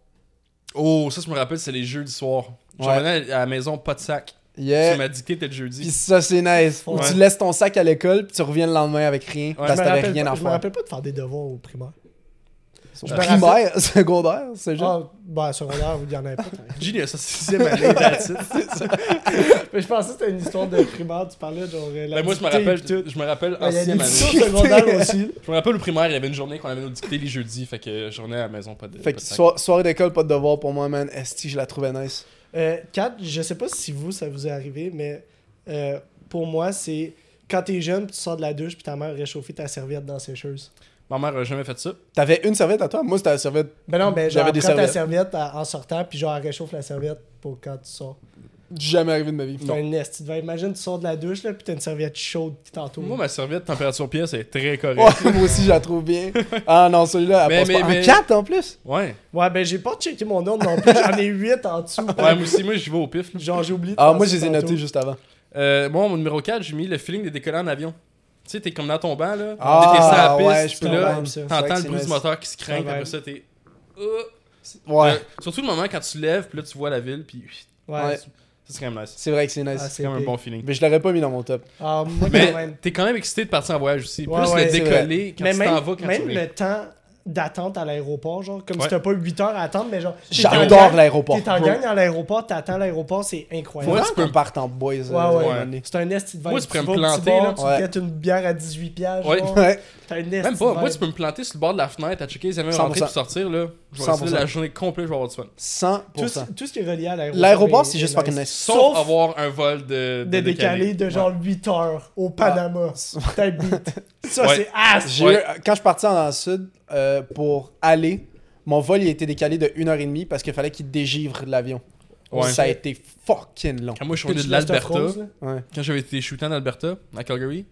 Oh, ça, je me rappelle, c'est les jeudis soirs. J'en
Ouais. Euh,
venais à la maison, pas de sac. Tu
Yeah.
m'as dicté, t'es le
Pis
jeudi.
ça, c'est nice. Ou
Ouais.
tu laisses ton sac à l'école, puis tu reviens le lendemain avec rien, parce
Je
que
me
t'avais
rappelle
rien
pas-
à
Je me
faire.
rappelle pas de faire des devoirs au primaire. me
Primaire, [LAUGHS] secondaire, c'est juste.
Ah, ben, secondaire, vous y en avez pas. hein. tant.
Gilles, ça, sixième [LAUGHS] année, that's it.
[LAUGHS] Mais je pensais que c'était une histoire de primaire, tu parlais genre. euh, la
Ben, moi, je me
dictée
rappelle,
et tout.
je me rappelle en
Ben, Il y a des
sixième année.
histoires secondaires [LAUGHS] aussi.
Je me rappelle au primaire, il y avait une journée qu'on avait nos dictées les jeudis, fait que je revenais à la maison, pas de,
Fait
pas
que
de sac.
so- soirée d'école, pas de devoir pour moi, man. Esti, je la trouvais nice.
4, Euh, je sais pas si vous, ça vous est arrivé, mais euh, pour moi, c'est quand t'es jeune, puis tu sors de la douche, puis ta mère a réchauffé ta serviette dans la sécheuse.
Ma mère a jamais fait ça.
T'avais une serviette à toi? Moi, c'était la serviette.
Ben non, ben genre,
J'avais des
prends ta
serviettes.
serviette à- en sortant, puis genre, elle réchauffe la serviette pour quand tu sors.
Jamais arrivé de ma vie.
T'as un esti de verre. Imagine, tu sors de la douche, là, puis t'as une serviette chaude qui t'entoure.
Moi, ma serviette température pièce est très correcte.
Ouais, [LAUGHS] moi aussi, je la trouve bien. Ah non, celui-là, elle
Mais-
passe
mais-
pas. En
mais-
4 en plus?
Ouais.
Ouais, ben j'ai pas checké mon ordre non plus, j'en ai 8 en dessous.
[LAUGHS] Ouais, moi aussi, moi, j'y vais au pif. là.
Genre, j'ai oublié. de
Ah,
penser
moi, je les ai
tantôt.
notés juste avant.
Euh, moi, mon numéro 4, j'ai mis le feeling de décoller en avion. Tu sais, t'es comme dans ton banc, là.
Ah,
t'es sur la
ouais,
piste,
je
puis là,
peux comprendre ça.
C'est vrai
t'entends
que
le
c'est
bruit
nice.
du moteur qui se craint,
Ouais.
puis après ça, t'es. Euh,
Ouais,
Euh, surtout le moment quand tu lèves, puis là tu vois la ville, puis
Ouais.
Ouais.
ça c'est quand même nice.
c'est vrai que c'est nice.
Ah,
C'est quand même un
big.
bon feeling.
Mais je l'aurais pas mis dans mon top.
Ah, moi, quand
Mais
même.
t'es quand même excité de partir en voyage aussi.
Ouais,
Plus
ouais,
le
c'est
décoller quand
mais
tu
même,
t'en vas, quand
même
tu reviens.
le temps d'attente à l'aéroport, genre, comme
Ouais.
si t'as pas 8 heures à attendre, mais genre. t'es en
J'adore
gang-
l'aéroport.
T'es en gang à l'aéroport, t'attends l'aéroport, c'est
Faut
incroyable.
Moi,
vraiment
tu peux-
qu'on parte en boys. euh,
Ouais, ouais.
à un moment donné.
C'est un esti de vibe.
Moi, tu pourrais me
vas au petit
planter,
bar,
là.
Tu
Ouais.
te jettes une bière à 18 piastres.
Ouais.
genre.
Ouais.
T'as un esti
Même pas.
de
Moi,
vibe.
tu peux me planter sur le bord de la fenêtre à checker si jamais rentrer
100%.
puis sortir, là. Je vais rester là
100%.
la journée complète, je vais avoir du fun.
100%.
Tout, tout ce qui est relié à l'aéroport.
L'aéroport,
est-
c'est
est
juste fucking
nice.
nice.
Sauf,
Sauf
avoir un vol de,
De décaler de genre 8 heures au Panama.
Ah.
[LAUGHS] T'as beat. Ça,
[LAUGHS]
Ouais.
c'est ass.
J'ai
Ouais.
eu- quand je partais dans le sud euh, pour aller, mon vol il a été décalé de 1h30 parce qu'il fallait qu'il dégivre l'avion.
Ouais.
Ça a été fucking long.
Quand moi, je suis
T'as-tu
revenu de
la stuff
l'Alberta,
rose, là?
Ouais.
quand j'avais été shooté en Alberta, à Calgary,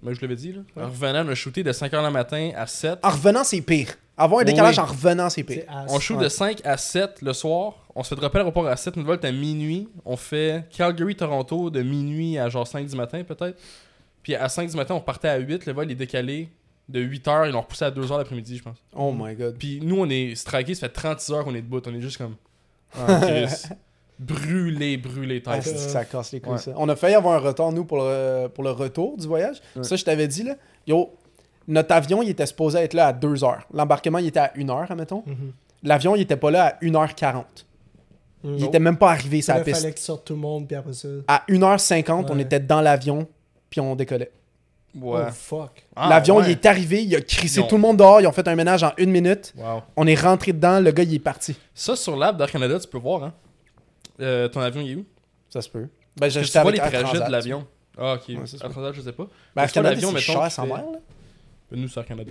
moi, je l'avais dit, là. En revenant, on a shooté de 5h le matin à 7.
En revenant, c'est pire. Avoir un
Oui.
décalage en revenant, c'est pire.
C'est ass.
On shoot
Ouais.
de 5 à 7 le soir. On se fait dropper à l'aéroport à 7, une volte à minuit. On fait Calgary-Toronto de minuit à genre 5 du matin, peut-être. Puis à 5 du matin, on partait à 8. Le vol est décalé de 8 heures. Ils l'ont repoussé à 2 heures l'après-midi, je pense.
Oh my god.
Puis nous, on est straqués. Ça fait 36 heures qu'on est debout. On est juste comme. Ah, Chris. brûlé, brûlé,
Ah,
tête.
c'est- ça casse les couilles,
Ouais.
ça. On a failli avoir un retard, nous, pour le, pour le retour du voyage.
Ouais.
Ça, je t'avais dit, là. Yo, notre avion, il était supposé être là à 2 heures. L'embarquement, il était à 1 heure, admettons.
Mhm.
L'avion, il était pas là à 1h40. Il
Non.
était même pas arrivé,
Ça
sa
il
piste.
fallait qu'il sorte tout le monde, puis après ça. oh,
À 1h50, on
Ouais.
était dans l'avion, puis on décollait.
ouais.
Oh fuck.
Ah,
l'avion,
ouais.
il est arrivé, il a crissé
Ils ont-
tout le monde dehors, ils ont fait un ménage en une minute.
Wow.
On est rentré dedans, le gars, il est parti.
Ça, sur l'app d'Air Canada, tu peux voir, hein. Euh, ton avion, il est où
Ça se peut. Ben,
Tu
j'ai
vois les trajets de l'avion. Ah, ok.
Ouais,
Air
ça se peut.
Transat, je sais pas.
Ben,
Tu
l'avion,
vois l'avion,
Ben, c'est
mettons,
cher
qui
sans
fait-
mer, là.
Nous, c'est Air Canada.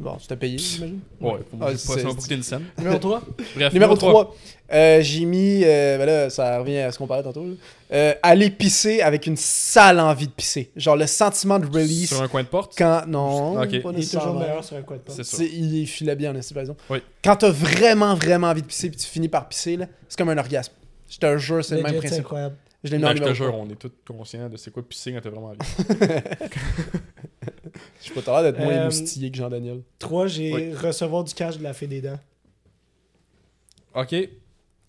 Bon, c'était payé, [LAUGHS] j'imagine.
Ouais, pour
Ah,
moi, j'ai pas-
c'est-
ça m'a pas coûté une scène.
[LAUGHS]
Numéro 3.
Bref,
Ah, Numéro
trois.
3, euh, j'ai mis. euh, ben là, ça revient à ce qu'on parlait tantôt. là. Euh, aller pisser avec une sale envie de pisser. Genre le sentiment de release
Sur un coin de porte.
quand. Non, pas
Ok.
Il est toujours
nécessairement.
meilleur sur un quad pas.
C'est
C'est-
sûr.
Il filait bien en esti, par exemple.
Oui.
Quand t'as vraiment, vraiment envie de pisser puis tu finis par pisser, là, c'est comme un orgasme. Je te jure, c'est le même
Legit, C'est
principe.
incroyable.
Je l'ai mis en
Non, Ah, je te
numéro
jure,
trois.
on est tous conscients de c'est quoi pisser quand
[LAUGHS]
t'as vraiment envie.
Je suis pas t'as l'air d'être moins
Euh,
moustillé que Jean-Daniel.
3, j'ai
Oui.
recevoir du cash de la fée des dents.
Ok. [LAUGHS]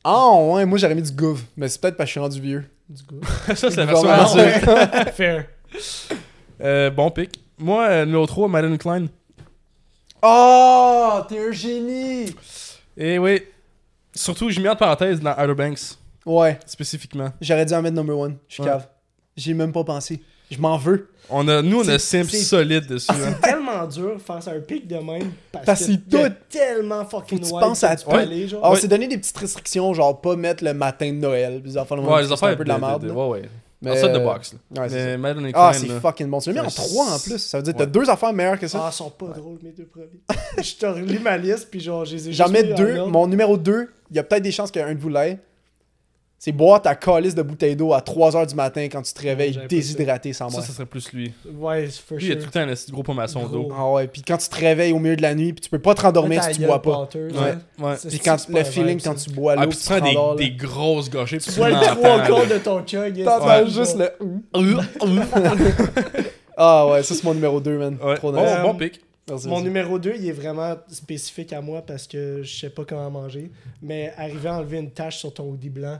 Ah ouais, moi j'aurais mis du gouv, mais c'est peut-être parce que je suis rendu vieux.
Du coup.
Ça, c'est la
version
version
Ah, adulte.
adulte.
ouais. [LAUGHS] Fair.
Euh, bon pic. Moi, euh, numéro 3, Madeleine Klein.
Oh, t'es un génie!
Et Eh oui. Surtout, j'ai mis en parenthèse dans Outer Banks,
Ouais,
spécifiquement.
j'aurais dû en mettre number one. Je suis
Ouais.
cave. J'y ai même pas pensé. Je m'en veux.
On a, nous, on a
C'est-
Sims
c'est-
solide dessus. hein.
C'est tellement dur de faire ça un pic de même parce,
Parce
que
qu'il
t'es
doute.
tellement fucking
Faut que tu
wild
penses à Ah,
tu
tout.
peux aller, genre.
Alors, on
Ouais.
s'est donné des petites restrictions, genre pas mettre le matin de Noël, les enfants de
Ouais, les
c'est
affaires.
un peu de la merde. là.
Ouais, ouais.
Mais,
En sorte de
euh,
box. là.
ouais, c'est
Mais
ça.
Madeleine
Ah,
Klein,
c'est
là.
fucking bon. Tu l'as mis en
C'est-
3 en plus. Ça veut dire que t'as
Ouais.
deux affaires meilleures que ça.
Ah, ils sont pas drôles, mes deux premiers. [LAUGHS] je te relis ma liste, puis genre, j'ai
J'en mets deux. Mon numéro 2, il y a peut-être des chances qu'un de vous l'ait. C'est boire ta calice de bouteille d'eau à 3h du matin quand tu te réveilles
j'avais pas
déshydraté sans
Ça,
moi.
ça serait plus lui.
Ouais, for
Lui,
sure.
il a tout le temps un esti de gros pomasson
Gros.
d'eau.
Ah ouais, puis quand tu te réveilles au milieu de la nuit, puis tu peux pas te rendormir si tu bois pas.
Ouais. Ouais.
Puis quand le feeling quand tu bois
Ah,
l'eau, puis
puis tu
tu te rendors,
prends
là.
des, des grosses gorgées.
Tu
puis
vois le
l'entends,
trois
là.
quarts de ton chug. yes.
T'entends
Ouais.
juste le.
ouais.
Ah ouais, ça c'est mon numéro 2, man. Trop
Bon,
nice.
Euh,
bon pic.
Merci,
Mon
merci.
numéro 2, il est vraiment spécifique à moi parce que je sais pas comment manger. Mais arriver à enlever une tache sur ton hoodie blanc.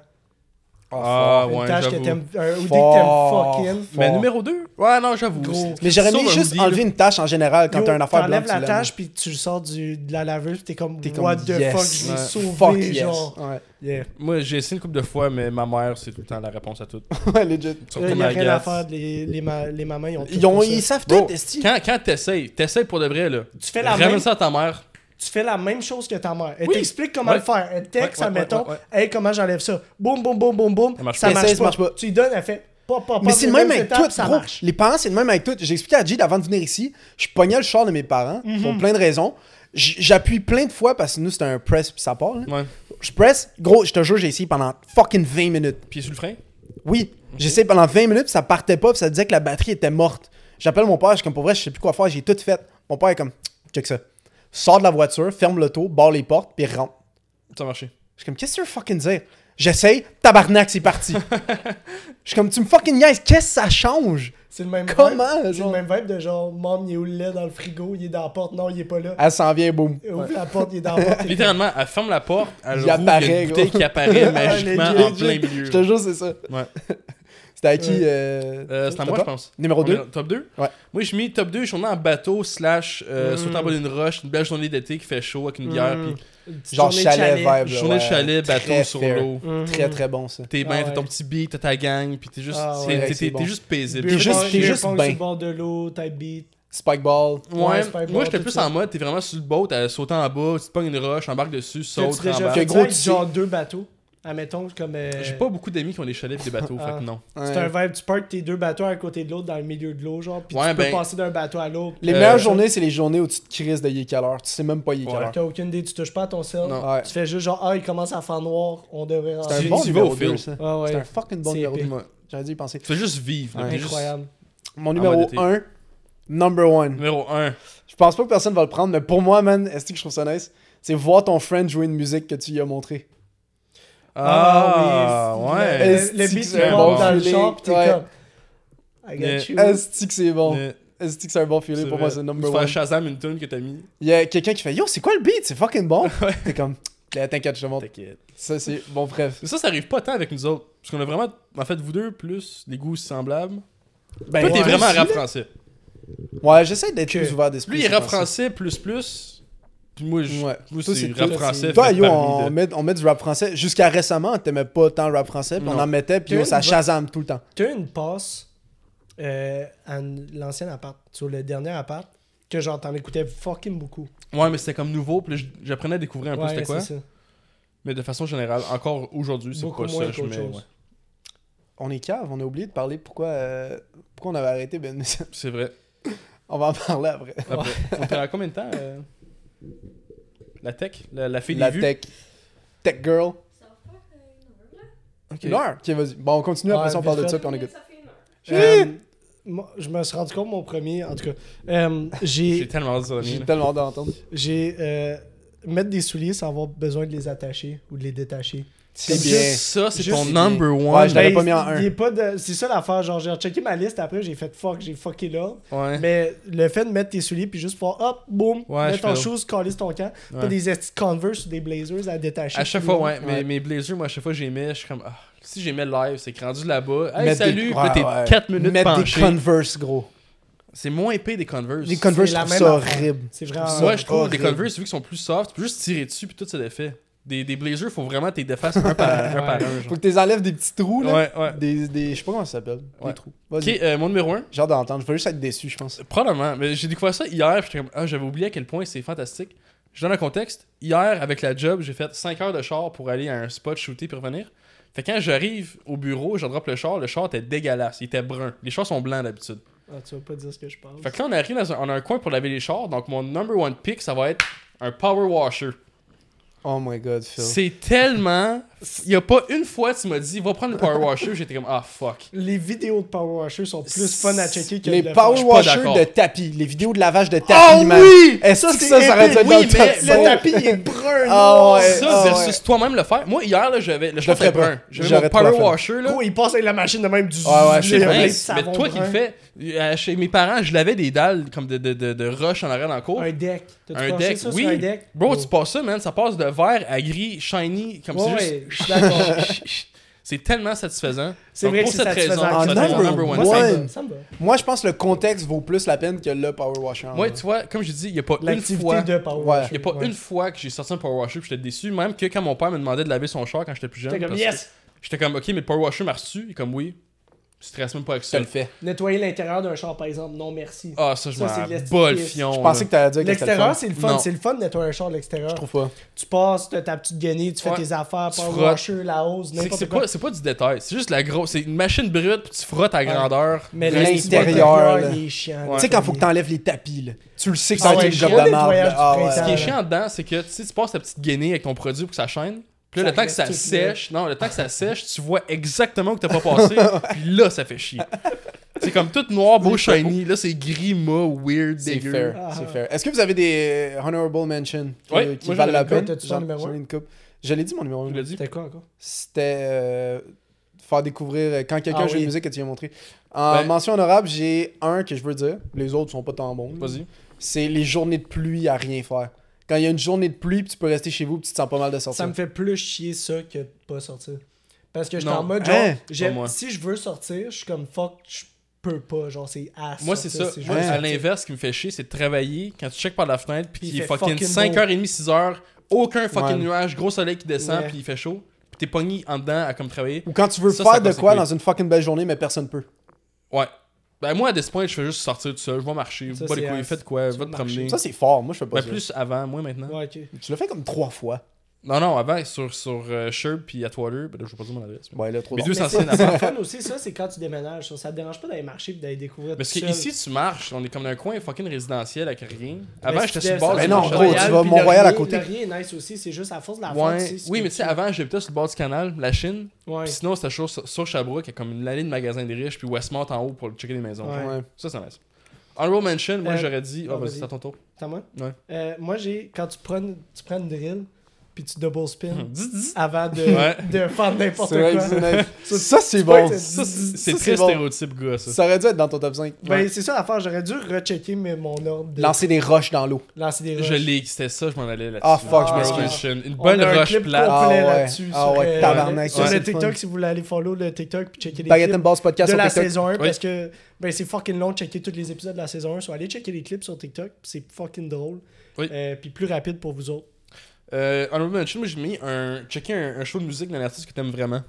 Ah,
une
ouais,
tache que
j'avoue.
t'aimes. Un hoodie
Fort.
que t'aimes fucking.
Mais
Fort.
numéro 2 Ouais, non, j'avoue.
Gros.
C'est-
Mais j'aurais
Sauf
mis
un
juste
hoodie, là.
enlever une tâche en général quand
Yo,
t'as une affaire blanche.
t'enlèves
tu
la
l'aimes.
tâche puis tu le sors du, de la laveuse t'es comme
T'es comme,
what the
yes.
fuck je l'ai
Ouais.
sauvé
Fuck
genre
yes.
yeah.
Moi, j'ai essayé une couple de fois, mais ma mère, c'est tout le temps la réponse à tout.
[LAUGHS] Ouais. ouais, legit.
Là,
Surtout
Euh, y a
ma
rien à
gaffe.
faire les, les, ma- les mamans ils ont tout
Ils, ont-
pour ça.
ils savent
Bro,
tout, esti.
Quand, quand t'essayes, t'essayes pour de vrai, là.
tu fais la
Ramène
même
ça à ta mère.
tu fais la même chose que ta mère elle
Oui.
t'explique comment
Ouais.
le faire elle texte
Ouais, ouais,
admettons
ouais, ouais,
hey comment j'enlève ça boum boum boum boum boum
Ça marche
ça
pas.
marche
Ça marche
pas
pas.
tu lui donnes elle fait pop pop
Mais
pop,
c'est
les
le même
mêmes
avec
étapes,
tout,
ça
gros.
marche
Les parents, c'est le même avec tout. J'ai expliqué à Jade avant de venir ici, je pognais le char de mes parents pour plein de raisons. J- J'appuie plein de fois parce que nous, c'était un press puis ça part. là.
Ouais.
Je press, gros, je te jure, j'ai essayé pendant fucking 20 minutes.
Puis sur le frein.
Oui, j'ai essayé pendant 20 minutes, puis ça partait pas, puis ça disait que la batterie était morte. J'appelle mon père, je suis comme pour vrai, je sais plus quoi faire, j'ai tout fait. Mon père est comme, check ça. Sors de la voiture, ferme l'auto, barre les portes, puis rentre.
Ça a marché.
Je suis comme, qu'est-ce que tu veux fucking dire? J'essaye, tabarnak, c'est
[LAUGHS]
parti. je suis comme, tu me fucking niaises, qu'est-ce que ça change?
c'est le même
Comment,
vibe. c'est
genre?
le même vibe de genre maman il est où le lait dans le frigo il est dans la porte non il est pas là
Elle s'en vient, boum.
ouvre la porte il est dans la porte t'es comme,
Littéralement, elle ferme la porte, elle
Il
rouvre, il y a
apparaît, [LAUGHS]
une bouteille
gros.
qui apparaît magiquement
Ah,
en plein
Je te
milieu.
jure, c'est ça.
Ouais.
[LAUGHS] C'était à qui
Ouais.
euh,
Euh, c'est à
t'as
moi,
pas?
je pense.
Numéro 2
On est Top 2
Ouais. Hmm.
Moi, je suis mis top 2, je suis tourné en bateau, slash, euh,
Mm.
sautant en bas d'une roche, une belle journée d'été qui fait chaud avec une bière,
Mm.
puis
Une petite
Genre
journée de
chalet vibe. là,
journée de
Hmm. ouais.
chalet, bateau
Très
sur
fair.
l'eau.
Mhm.
Très très bon ça.
T'es bien,
Ah
t'as ton
ouais.
petit beat, t'as ta gang, puis t'es juste,
Ah
c'est-
ouais,
t'es-
c'est
t'es-
bon.
t'es juste paisible.
Beer
T'es juste-
pong-
t'es
beer
juste
pong
ben.
sur le bord de l'eau, type beat.
Spikeball.
Ouais,
Ouais, c'est pas
moi
grave,
j'étais
tout
plus
ça.
en mode, t'es vraiment sur le boat, t'as sauté en bas, tu te pognes une roche, embarques dessus, saute,
T'as-tu déjà
rembarques.
fait
Que gros,
gros,
tu sais-
genre deux bateaux. Admettons, comme. euh,
J'ai pas beaucoup d'amis qui ont des chalets pis des bateaux, fait
Ah.
que non.
C'est un vibe, tu parques tes deux bateaux à côté de l'autre dans le milieu de l'eau, genre, puis
Ouais,
tu peux
ben-
passer d'un bateau à l'autre.
Les
Euh,
meilleures journées, c'est les journées où tu te crises de il est quelle heure. Tu sais même pas il est quelle
Ouais.
heure.
T'as aucune idée, tu touches pas à ton sel.
Non.
Ouais.
Tu fais juste genre, ah, il commence à faire noir, on devrait
C'est un
rentrer.
Tu-
bon
tu vas au
numéro 2
film.
ça.
Ouais,
C'est un
ouais.
fucking bon
C'est
numéro
épique.
2.
Ouais.
J'aurais dû y penser.
Tu fais juste vivre.
Ouais.
t'es juste-
Incroyable.
Mon
mode
numéro
été.
1, number 1.
Numéro 1.
Je pense pas que personne va le prendre, mais pour moi, man, est-ce que je trouve ça nice? C'est voir ton friend jouer une musique que tu lui as montré.
Ah,
oui,
ouais.
Le,
Est-ce
le
que
beat,
c'est
il
un
monte
bon
dans le
feeling?
char, pis t'es
Ouais.
comme. I got
Mais-
you.
Est-ce que c'est bon?
Euh,
Est-ce que c'est un bon feeling?
c'est
Pour moi,
vrai.
c'est
Tu
number
fais
1.
un Shazam une tune que t'as mis.
Il y a quelqu'un qui fait Yo, c'est quoi le beat? C'est fucking
[LAUGHS]
bon. T'es comme, Là, t'inquiète, je te montre.
T'inquiète.
Ça, c'est bon, bref.
Mais ça, ça arrive pas tant avec nous autres. Parce qu'on a vraiment, en fait, vous deux, plus des goûts semblables.
Ben,
Toi, t'es
ouais.
vraiment rap français.
Ouais, j'essaie d'être
Que-
plus ouvert d'esprit.
Lui, il est
je
rap
pense.
français, plus plus. Puis moi, je.
Ouais.
Moi,
Toi,
c'est
c'est
rap
toi,
français.
Toi,
fait
yo,
parmi
on
de-
met, on met du rap français. Jusqu'à récemment, on t'aimait pas tant le rap français, puis on
Non.
en mettait, puis
Que
yo, ça
une-
chazame tout le temps.
T'as une passe euh, à n- l'ancien appart, sur le dernier appart, que genre t'en écoutais fucking beaucoup.
Ouais, mais c'était comme nouveau. Puis là, j- j'apprenais à découvrir un peu c'était quoi.
c'est ça.
Mais de façon générale, encore aujourd'hui, c'est
Beaucoup
pas
moins
ça. Je
qu'autre
mets,
chose.
ouais.
On est cave, on a oublié de parler pourquoi, euh, pourquoi on avait arrêté Ben.
C'est vrai.
[LAUGHS] on va en parler après.
Après, on était à combien de temps euh, La tech La, la fille
La
des vues
tech. Tech girl.
Ça va faire euh, une heure, là?
Ok.
Une heure. Ok, vas-y. Bon, on continue, après
Ouais,
ça, on parle de
vite
ça,
fait.
puis on Hum! écoute.
Ça fait une heure.
Euh, moi, je me suis rendu compte, mon premier, en tout cas. euh,
J'ai
j'ai.
tellement hâte de revenir,
J'ai
là.
tellement hâte d'entendre.
j'ai euh, mettre des souliers sans avoir besoin de les attacher ou de les détacher.
C'est
Comme
bien.
Ça, c'est
Juste-
ton number one.
Ouais, je l'avais
Ben,
pas mis en
il-
un.
il est pas de- C'est ça l'affaire, genre j'ai checké ma liste après, j'ai fait fuck, j'ai fucké là.
Ouais.
Mais le fait de mettre tes souliers puis juste pouvoir hop, boum,
Ouais, je
mettre en
fais-
shoes, coller ton camp.
Ouais.
Pas des estis de Converse ou des Blazers à détacher.
À chaque
tout
fois,
le long.
ouais. Mes,
Ouais.
mes blazers, moi, à chaque fois, j'aimais. Je suis comme, ah, si j'aimais le live, c'est que rendu là-bas. Hey,
Mettre des-
salut,
ouais,
puis là, t'es
ouais.
4 minutes
Mettre
penché.
des Converse, gros.
C'est moins épais des Converse.
Des Converse, je
la
trouve
même
ça
affaire.
horrible.
C'est vraiment.
Moi, je trouve des
Horrible.
Converse, vu qu'ils sont plus soft, tu peux juste tirer dessus, puis tout se défait. Des, des blazers, faut vraiment t'es défasses un par un. par un, genre.
Faut que tu les enlèves des petits trous, là.
Ouais, ouais.
Des, des, je sais pas comment ça s'appelle.
Ouais.
Des trous.
Ok,
Vas-y.
euh, mon numéro 1.
J'ai hâte d'entendre. Je vais juste être déçu, je pense.
Probablement, mais j'ai découvert ça hier, puis j'étais comme, ah, j'avais oublié à quel point c'est fantastique. Je donne un contexte. Hier, avec la job, j'ai fait 5 heures de char pour aller à un spot shooter puis revenir. Fait que quand j'arrive au bureau, je drop le char, le char était dégueulasse, il était brun. Les chars sont blancs d'habitude.
Ah, tu vas pas dire ce que je pense.
Fait que là, on arrive dans un, on a un coin pour laver les chars, donc mon number one pick, ça va être un power washer.
Oh my god, Phil.
C'est
[LAUGHS]
tellement. Il y a pas une fois tu m'as dit, va prendre le power washer, j'étais comme, ah fuck.
Les vidéos de Power Washer sont plus fun à checker que
Les
de le faire.
power
Je suis pas
washers
d'accord.
de tapis. Les vidéos de lavage de tapis,
Ah
man.
oui!
Est-ce
Ça,
que
c'est
ça, ça aurait dû
épais.
être dans
Oui,
le top
mais
Le
cinq?
tapis il est brun.
Ah
noir.
ouais.
Ça,
ah
versus
ouais.
toi-même le faire. Moi, hier, là, j'avais le
Je le ferais
j'avais
pas.
brun. J'avais mon
J'arrête pas de
power
le faire.
washer, là.
Gros, il passe avec la machine de même du.
Ouais, ouais, je
C'est
sais
du-
pas.
plein de
vrai, mais
savon
toi qui le
brun.
fais, euh, chez mes parents, je lavais des dalles comme de, de, de, de roche en arrière dans le cours.
Un deck. T'as-tu
Un
pensé
deck,
ça sur
oui.
un deck?
Bro,
Oh.
tu passes ça, man, ça passe de vert à gris, shiny, comme
Ouais,
c'est
ouais, je
juste.
suis d'accord.
[LAUGHS] C'est tellement satisfaisant.
C'est
Donc,
vrai
pour
que c'est
cette raison,
satisfaisant.
ça doit être mon
number one.
number one pick.
Moi, ça
pick.
me va, ça me va.
Moi, je pense que le contexte vaut plus la peine que le power washer. en
Moi,
vrai.
tu vois, comme je dis, il n'y a pas une fois.
L'activité de Power
Ouais.
Washer.
Il n'y a pas
ouais.
une fois que j'ai sorti un power washer puis j'étais déçu, même que quand mon père me demandait de laver son char quand j'étais plus jeune.
T'es comme
parce que
yes!
J'étais comme, ok, mais le power washer m'a reçu. Il est comme, oui, tu stresses même pas avec
Je te
ça.
le fais.
Nettoyer l'intérieur d'un char, par exemple, non merci.
Ah, ça, je
Ça, c'est de
m'en
l'esthétisme.
bats le fion.
Je pensais que t'allais dire que c'était le
L'extérieur,
fun.
c'est le fun.
Non.
C'est le fun de nettoyer un char de l'extérieur.
Je trouve pas.
Tu passes, t'as ta petite guenille, tu fais
Ouais.
tes affaires,
Tu
Power
frottes.
Washer, la hausse,
C'est que c'est
n'importe quoi.
pas, c'est pas du détail, c'est juste la grosse. C'est une machine brute, puis tu frottes à grandeur.
Mais
Reste-
l'intérieur, là.
il est chiant.
Ouais.
Tu sais, quand faut que t'enlèves les tapis, là. Tu le sais que
Ah
ça va
ouais,
être le job
gros
de marde.
nettoyage
là.
du
Ah ouais.
printemps.
Ce qui est chiant dedans, c'est que tu sais, tu passes ta petite guenille avec ton produit pour que ça chaîne. Puis là,
Ça
le temps que ça
reste tout
sèche, non, le temps que ça sèche, tu vois exactement où que t'as pas passé. puis là, ça fait chier. C'est comme tout noir, beau, shiny. Là, c'est gris, mât, weird,
C'est
dégueu.
fair, c'est fair. Est-ce que vous avez des euh, honorable mentions qui, euh,
Ouais,
qui
moi, j'en
valent
ai
la
une
peine
couple. T'as-tu ton
J'en-
numéro
j'en ai
un?
une couple. Je l'ai dit mon numéro
Tu
1.
l'as dit.
C'était quoi encore?
C'était euh, faire découvrir euh, quand quelqu'un
Ah
joue
oui.
une musique que tu lui as montré. En
Ouais.
mention honorable, j'ai un que je veux dire. Les autres sont pas tant bons.
Vas-y.
C'est les journées de pluie à rien faire. Quand il y a une journée de pluie, puis tu peux rester chez vous, puis tu te sens pas mal de sortir.
Ça me fait plus chier ça que de pas sortir. Parce que j'étais
Non.
en mode, genre,
Hein?
j'ai-
Pas moi.
si je veux sortir, je suis comme fuck, je peux pas. Genre, c'est ass.
Moi, c'est ça.
si je
Moi,
veux
Ouais.
à
sortir.
l'inverse, ce qui me fait chier, c'est de travailler quand tu checkes par la fenêtre, puis
Puis il
qu'il est
fait
fucking
fucking
5h30, 6h, aucun fucking
Ouais.
nuage, gros soleil qui descend,
Ouais.
puis il fait chaud, puis t'es pogné en dedans à comme travailler.
Ou quand tu veux
Ça, ça
faire de
passe
quoi
écouler.
dans une fucking belle journée, mais personne peut.
Ouais. Ben, moi, à ce point, je fais juste sortir tout seul, je vais marcher,
Ça,
pas les
c'est
couilles,
un-
faites quoi,
tu
va
vas
te promener.
Ça, c'est fort. Moi, je fais pas
Ben,
ça.
plus avant, moi maintenant.
Ouais, ok.
Tu l'as fait comme trois fois.
Non, non, avant, sur, sur euh, Sherb puis Atwater, ben là, je vais pas dire mon adresse. Mais,
Ouais, là, trop
mais
tard.
deux
Mais c'est-
anciennes avant.
c'est le fun aussi, ça, c'est quand tu déménages. Ça, ça te dérange pas d'aller marcher et d'aller découvrir
Parce
tout
que
seul.
ici, tu marches, on est comme dans un coin fucking résidentiel avec rien. Avant,
si
j'étais
tu
sur le bord
descends
du
Ben non,
canal.
gros, tu vas
puis
Mont-Royal à
Laurier-
côté.
Laurier est nice aussi, c'est juste à force de la
Ouais.
vente, tu sais,
Oui, mais tu
c'est-
sais, avant, j'habitais sur le bord du canal, la Chine.
Ouais.
Puis sinon, c'était sur, sur Sherbrooke, il y a comme une allée de magasins des riches, puis Westmont en haut pour checker les maisons.
Ouais.
Ouais.
Ça, c'est nice. Honorable Mention, moi,
Euh,
j'aurais dit. Ah,
non,
vas-y,
vas-y.
c'est à ton tour.
T'as moi?
Ouais.
Euh, moi, j'ai. Quand tu prends, tu prends une drill, puis tu double spin
[LAUGHS] Dis, dis.
avant de,
Ouais.
de faire n'importe
C'est vrai,
quoi.
c'est
[LAUGHS]
nice. Ça, c'est
pas
bon.
que
Ça, c'est c'est
Ça,
très
bon.
stéréotype, gars, ça.
Ça aurait dû être dans ton top 5.
Ben, c'est ça l'affaire. J'aurais dû rechecker mes- mon ordre de
Lancer des roches dans l'eau.
lancer des roches.
Je l'ai, c'était ça, je m'en allais là-dessus.
Ah, fuck,
je
Honorable
m'excuse.
Mention. Une
On
bonne
a un
roche
clip
plate.
Ah
complet
ouais.
là-dessus.
Ah
sur,
ouais,
euh,
tabarnak,
sur
ça, c'est
le
le fun.
TikTok, si vous voulez aller follow le TikTok puis checker les
Baguette and
clips
Balls podcast
de
sur
la
TikTok.
saison 1
Oui.
parce que ben, c'est fucking long de checker tous les épisodes de la saison 1. So, allez checker les clips sur TikTok, puis c'est fucking drôle.
Oui.
Euh, puis plus rapide pour vous autres.
Euh, Honorable Mention, moi, j'ai mis un. Checker un, un show de musique d'un artiste que t'aimes vraiment.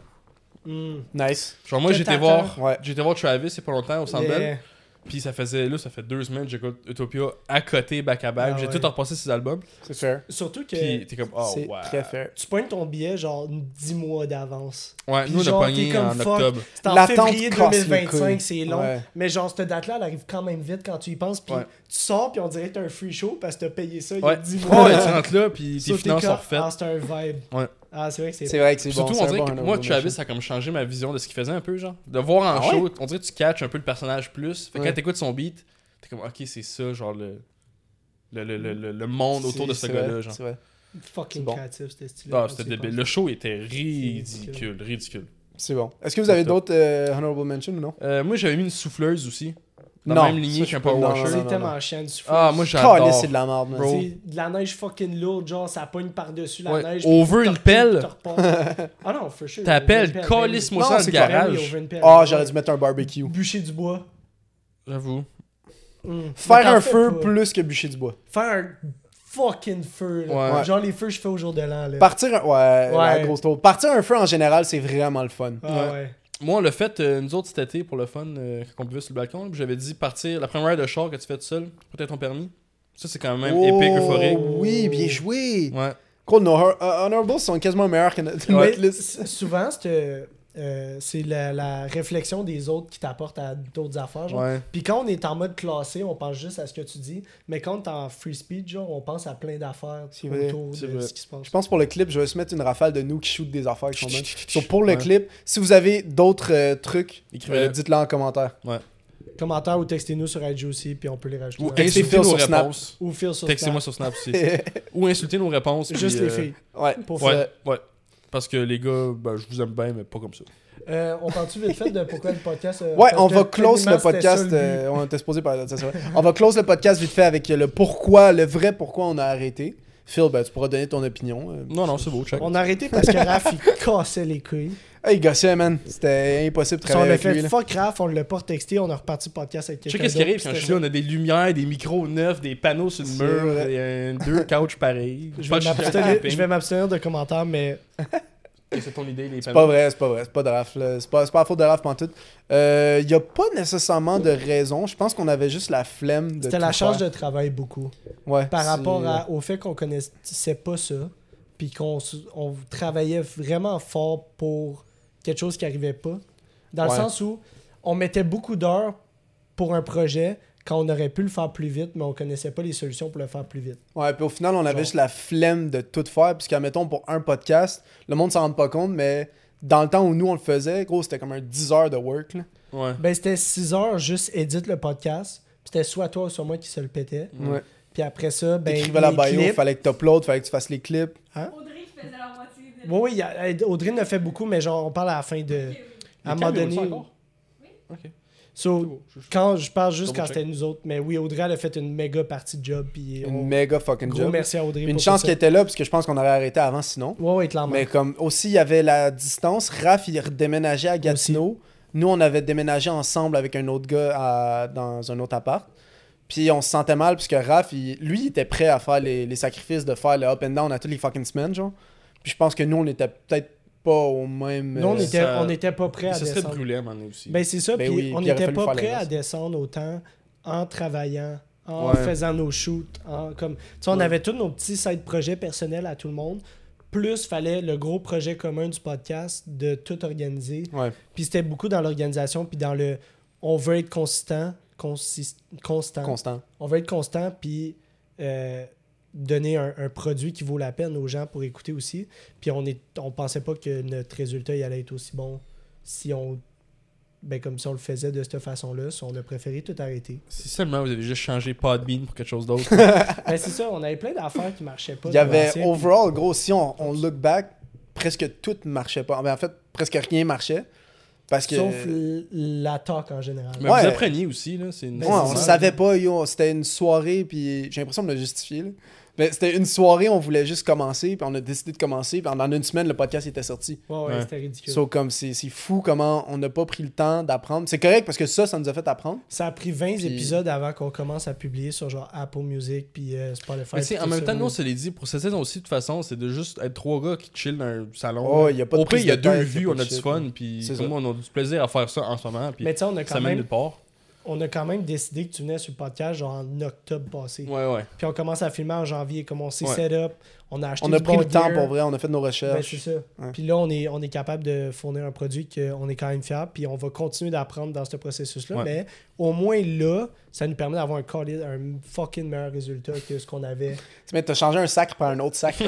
Hmm.
Nice.
Genre, moi,
Que
j'étais
t'attends.
voir.
Ouais.
J'étais voir Travis, c'est pas longtemps, au Centre Bell.
Mais-
Puis ça faisait, là, ça fait deux semaines que j'écoute Utopia à côté, back à back.
Ah
J'ai
ouais.
tout repassé ses albums.
C'est fair.
Surtout que
Puis t'es comme, oh,
c'est
wow.
très fair.
tu pognes ton billet genre 10 mois d'avance.
Ouais,
Puis
nous, on
genre,
a
t'es
pogné
comme
en
fuck.
octobre.
C'est en
L'attente
février
casse les couilles.
2025, c'est long.
Ouais.
Mais genre, cette date-là, elle arrive quand même vite quand tu y penses. Puis
Ouais.
tu sors, puis on dirait que t'as un free show parce que t'as payé ça il y a
Ouais,
10
Ouais,
mois.
ouais, tu rentres là, puis
Ça,
tes
t'es
finances sont
comme,
refaites.
Ah, c'est un vibe.
Ouais.
Ah, c'est vrai que
C'est
c'est.
vrai que c'est
Puis
bon.
Surtout,
c'est
on
un
dirait
bon
que
Honorable
moi, Travis,
Mention.
ça a comme changé ma vision de ce qu'il faisait un peu, genre. De voir en
Ah
show, on dirait que tu catches un peu le personnage plus. Fait que
Ouais.
quand t'écoutes son beat, t'es comme, ok, c'est ça, genre le. Le, le, le, le- le monde autour de ce
C'est- c'est
gars-là,
vrai,
genre.
c'est vrai.
Fucking
C'est bon.
créatif, ce style-là.
Ah, c'était débile. Le show était ridicule, ridicule.
C'est bon. Est-ce que vous avez d'autres euh, honorable mentions ou non?
Euh, moi, j'avais mis une souffleuse aussi. Dans
Non,
la même
ça,
lignée
je
qu'un
peux-
Power
non,
Washer.
non, non.
C'est tellement chiant du souffle.
Ah, moi,
Calais,
j'adore.
c'est de la merde, man.
Bro.
C'est de la neige fucking lourde, genre ça pogne par-dessus la
Ouais,
neige.
on
puis
veut
tu
une
te repognes,
pelle.
puis tu te
[LAUGHS]
repognes. ah non, for sure.
T'appelles,
on veut une pelle,
calisse-moi
ben
ça
oui.
dans le
Ben oui,
garage.
on veut une pelle,
Ah,
ouais.
j'aurais dû mettre un barbecue.
Bûcher du bois.
J'avoue.
Hmm. Mais
Faire
t'en
un
fais
feu
pas.
plus que bûcher du bois.
Faire un fucking feu. là.
Ouais.
Genre les feux que je fais au jour de l'an. là.
Partir un... Ouais,
Ouais.
la grosse taupe. Partir un feu, en général, c'est vraiment le fun.
Ah ouais.
Moi, on l'a fait, euh, nous autres, cet été, pour le fun, euh, quand on buvait sur le balcon. là, puis J'avais dit partir la première heure de char que tu fais tout seul, peut-être ton permis. Ça, c'est quand même épique,
Oh,
euphorique.
Oui, bien joué.
Ouais.
Gros, nos hor- euh, honorables sont quasiment meilleurs que notre
Mais
notre liste.
s- souvent, c'est euh, euh, c'est la, la réflexion des autres qui t'apporte à d'autres affaires. genre.
Ouais.
Puis quand on est en mode classé, on pense juste à ce que tu dis. Mais quand t'es en free speech, genre, on pense à plein d'affaires
C'est vrai,
autour de
c'est vrai.
ce qui se passe.
Je pense pour le clip, je vais se mettre une rafale de nous qui shoot des affaires qui sont
[LAUGHS]
bonnes. Donc pour le
Ouais.
clip, si vous avez d'autres euh, trucs,
Écrivez-le.
euh, dites-le en commentaire.
Commentaire ou textez-nous sur IG aussi, puis on peut les rajouter.
Ou
Ouais.
textez
insultez
Phil
nos
sur Snap.
réponses.
Ou feel sur
Textez-moi
Snap.
sur Snap [LAUGHS] aussi.
ouais.
Ou insultez nos réponses. puis,
Juste
euh,
les filles. Pour
Ouais,
faire-
ouais. Parce que les gars, ben, je vous aime bien, mais pas comme ça.
Euh, on parle-tu vite fait de pourquoi le podcast. euh,
Ouais,
parce
on
que
va close le
techniquement, c'était ça
podcast.
but.
euh, on était supposé parler de ça, c'est vrai. On va close le podcast vite fait avec euh, le pourquoi, le vrai pourquoi on a arrêté. Phil, ben, tu pourras donner ton opinion. euh.
Non, non, c'est beau, check.
On a arrêté parce que Raph,
[LAUGHS]
il cassait les couilles.
Hey, gossé, man. C'était impossible de
Si on
travailler
a
avec
fait
lui. là.
fuck Raph, on l'a pas texté, on a reparti le podcast avec
Tu
quelqu'un.
sais qu'est-ce qui arrive
d'autre,
quand
puis
je suis
c'était
là, on a des lumières, des micros neufs, des panneaux sur le
C'est
mur,
vrai.
et un- deux couches pareils.
Je
Pas
vais
de hein.
m'abstenir-
camping.
je vais m'abstenir de commentaires, mais
C'est ton idée, les
C'est pas
panneaux.
vrai, c'est pas vrai, c'est pas de raf, là. C'est pas, c'est pas la faute de Raph pantoute. Il n'y a pas nécessairement de raison. Je pense qu'on avait juste la flemme de.
c'était la charge de travail beaucoup.
Ouais,
Par
c'est-
rapport à- au fait qu'on connaissait pas ça, puis qu'on s- on travaillait vraiment fort pour quelque chose qui arrivait pas. Dans
Ouais.
le sens où on mettait beaucoup d'heures pour un projet quand on aurait pu le faire plus vite, mais on connaissait pas les solutions pour le faire plus vite.
Ouais, puis au final, on avait
Genre.
juste la flemme de tout faire. Puisque, admettons, pour un podcast, le monde s'en rend pas compte, mais dans le temps où nous, on le faisait, gros, c'était comme un 10 heures de work. Là.
Ouais.
Ben, c'était 6 heures, juste édite le podcast. puis C'était soit toi ou soit moi qui se le pétait.
Ouais.
Puis après ça, ben.
T'écrivais la
les
bio,
clips-
fallait que t'uploades, fallait que tu fasses les clips.
Audrey qui faisait la moitié de.
Oui, oui, il y a- Audrey ne fait beaucoup, mais genre, on parle à la fin de.
Ok, oui.
À un moment donné.
Encore?
Oui.
Ok.
So,
Oh, je- je-
quand je parle juste
Double
quand
check.
c'était nous autres, mais oui, Audrey, elle a fait une méga partie de job. Puis
Une
on...
méga fucking
Gros
job.
merci à Audrey.
Une
pour
chance
tout
qu'elle
ça.
était là, parce que je pense qu'on aurait arrêté avant sinon.
Ouais, ouais, clairement.
Mais comme aussi, il y avait la distance. Raph, il redéménageait à Gatineau. Nous, on avait déménagé ensemble avec un autre gars à- dans un autre appart. Puis on se sentait mal, parce que Raph, il- lui, il était prêt à faire les, les sacrifices de faire le up and down à toutes les fucking semaines, genre. Puis je pense que nous, on était peut-être pas au même.
Nous, on
euh,
était,
ça-
on était pas prêts à
Ça serait
descendre.
brûlant, à un moment donné, aussi.
Ben, c'est ça. puis
Ben oui,
on
puis il aurait
n'était
fallu
pas
faire
prêt à
l'inverse.
descendre autant en travaillant, en
Ouais.
faisant nos shoots. En, comme, tu sais, on
Ouais.
avait tous nos petits side projets personnels à tout le monde. Plus fallait le gros projet commun du podcast de tout organiser.
Ouais.
Puis c'était beaucoup dans l'organisation, puis dans le on veut être consistant, consist- constant.
Constant.
on veut être constant, puis euh, donner un, un produit qui vaut la peine aux gens pour écouter aussi. Puis on est, on pensait pas que notre résultat il allait être aussi bon si on, ben comme si on le faisait de cette façon-là. So, on a préféré tout arrêter.
Si seulement vous avez juste changé Podbean pour quelque chose d'autre.
[LAUGHS]
ben c'est ça, on avait plein d'affaires qui marchaient pas.
Il y
dans
avait
l'ancien,
overall, gros, si on, on look back, presque tout marchait pas. Mais en fait, presque rien marchait. Parce que.
Sauf l- la talk en général.
Mais
Ouais.
vous appreniez aussi, là. C'est une...
Ben,
Ouais, on
c'est
le
ça.
savait pas, yo. C'était une soirée, puis j'ai l'impression de me justifier. là. Mais c'était une soirée, on voulait juste commencer, puis on a décidé de commencer, puis en- dans une semaine, le podcast était sorti.
Ouais, ouais,
Ouais.
c'était ridicule.
So, comme c'est c'est fou comment on n'a pas pris le temps d'apprendre. C'est correct parce que ça, ça nous a fait apprendre.
Ça a pris 20
Puis-
épisodes avant qu'on commence à publier sur genre Apple Music puis euh, Spotify.
Mais tu sais,
puis
en
tout
même
ça.
temps, nous, on se l'est dit, pour cette saison aussi, de toute façon, c'est de juste être trois gars qui chillent dans un salon.
Oh, il y a pas de
Au pire,
prise
il y a
de
deux
tête, il y
vues,
a pas
on
de
a du
shit,
fun,
là.
puis
C'est
pour
ça.
moi, on a du plaisir à faire ça en ce moment, puis
Mais tu sais, on a
ça
quand
mène nulle
même,
part.
on a quand même décidé que tu venais sur le podcast genre en octobre passé.
Ouais, ouais.
Puis on commence à filmer en janvier, comme on s'est
Ouais.
set up, on a acheté
On
du
a pris
bon
le temps
gear.
pour vrai, on a fait nos
Ben, c'est
recherches.
ça. Puis là, on est, on est capable de fournir un produit qu'on est quand même fier. Puis on va continuer d'apprendre dans ce processus-là.
Ouais.
Mais au moins là, ça nous permet d'avoir un, call- un fucking meilleur résultat que ce qu'on
[LAUGHS]
avait.
Tu mais t'as changé un sacre par un autre sacre.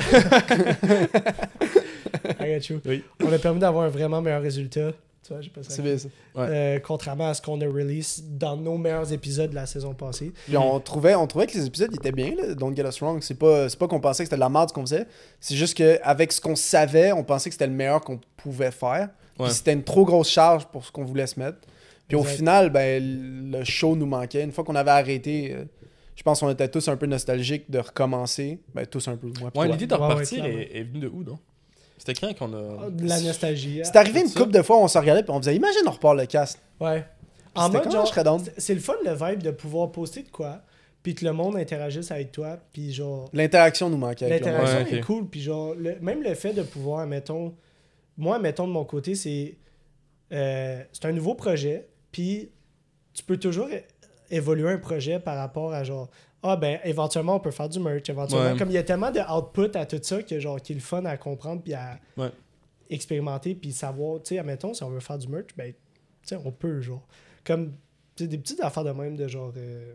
I got you.
Oui.
On a permis d'avoir un vraiment meilleur résultat. Tu vois, j'ai pas ça.
[LAUGHS] c'est bien ça.
Euh, contrairement à ce qu'on a release dans nos meilleurs épisodes de la saison passée.
Puis on, trouvait, on trouvait que les épisodes ils étaient bien, là, Don't Get Us Wrong. C'est pas, c'est pas qu'on pensait que c'était de la merde ce qu'on faisait. C'est juste qu'avec ce qu'on savait, on pensait que c'était le meilleur qu'on pouvait faire.
Ouais.
Puis c'était une trop grosse charge pour ce qu'on voulait se mettre. Puis au
Exact.
final, ben, le show nous manquait. Une fois qu'on avait arrêté, euh, je pense qu'on était tous un peu nostalgiques de recommencer. Ben, tous un peu, moi. puis toi.
Ouais, l'idée de
Ouais, ouais,
repartir
clairement.
est, est venue de où, donc C'était quand qu'on
Ah,
a.
De la nostalgie.
C'est arrivé une
ça.
couple de fois, on se regardait puis on faisait Imagine, on repart le cast.
Ouais. En
C'était
mode
quand
genre,
je serais down.
c'est- c'est le fun le vibe de pouvoir poster de quoi, puis que le monde interagisse avec toi, puis genre
L'interaction nous manquait. avec le monde.
l'interaction
ouais, ok.
est cool, puis genre le- même le fait de pouvoir, mettons, moi mettons de mon côté c'est euh, c'est un nouveau projet, puis tu peux toujours é- évoluer un projet par rapport à genre ah ben éventuellement on peut faire du merch éventuellement
Ouais.
comme il y a tellement de output à tout ça que genre qui est le fun à comprendre puis à
Ouais.
expérimenter puis savoir tu sais admettons si on veut faire du merch ben tu sais, on peut, genre. Comme, tu sais, des petites affaires de même, de genre, euh,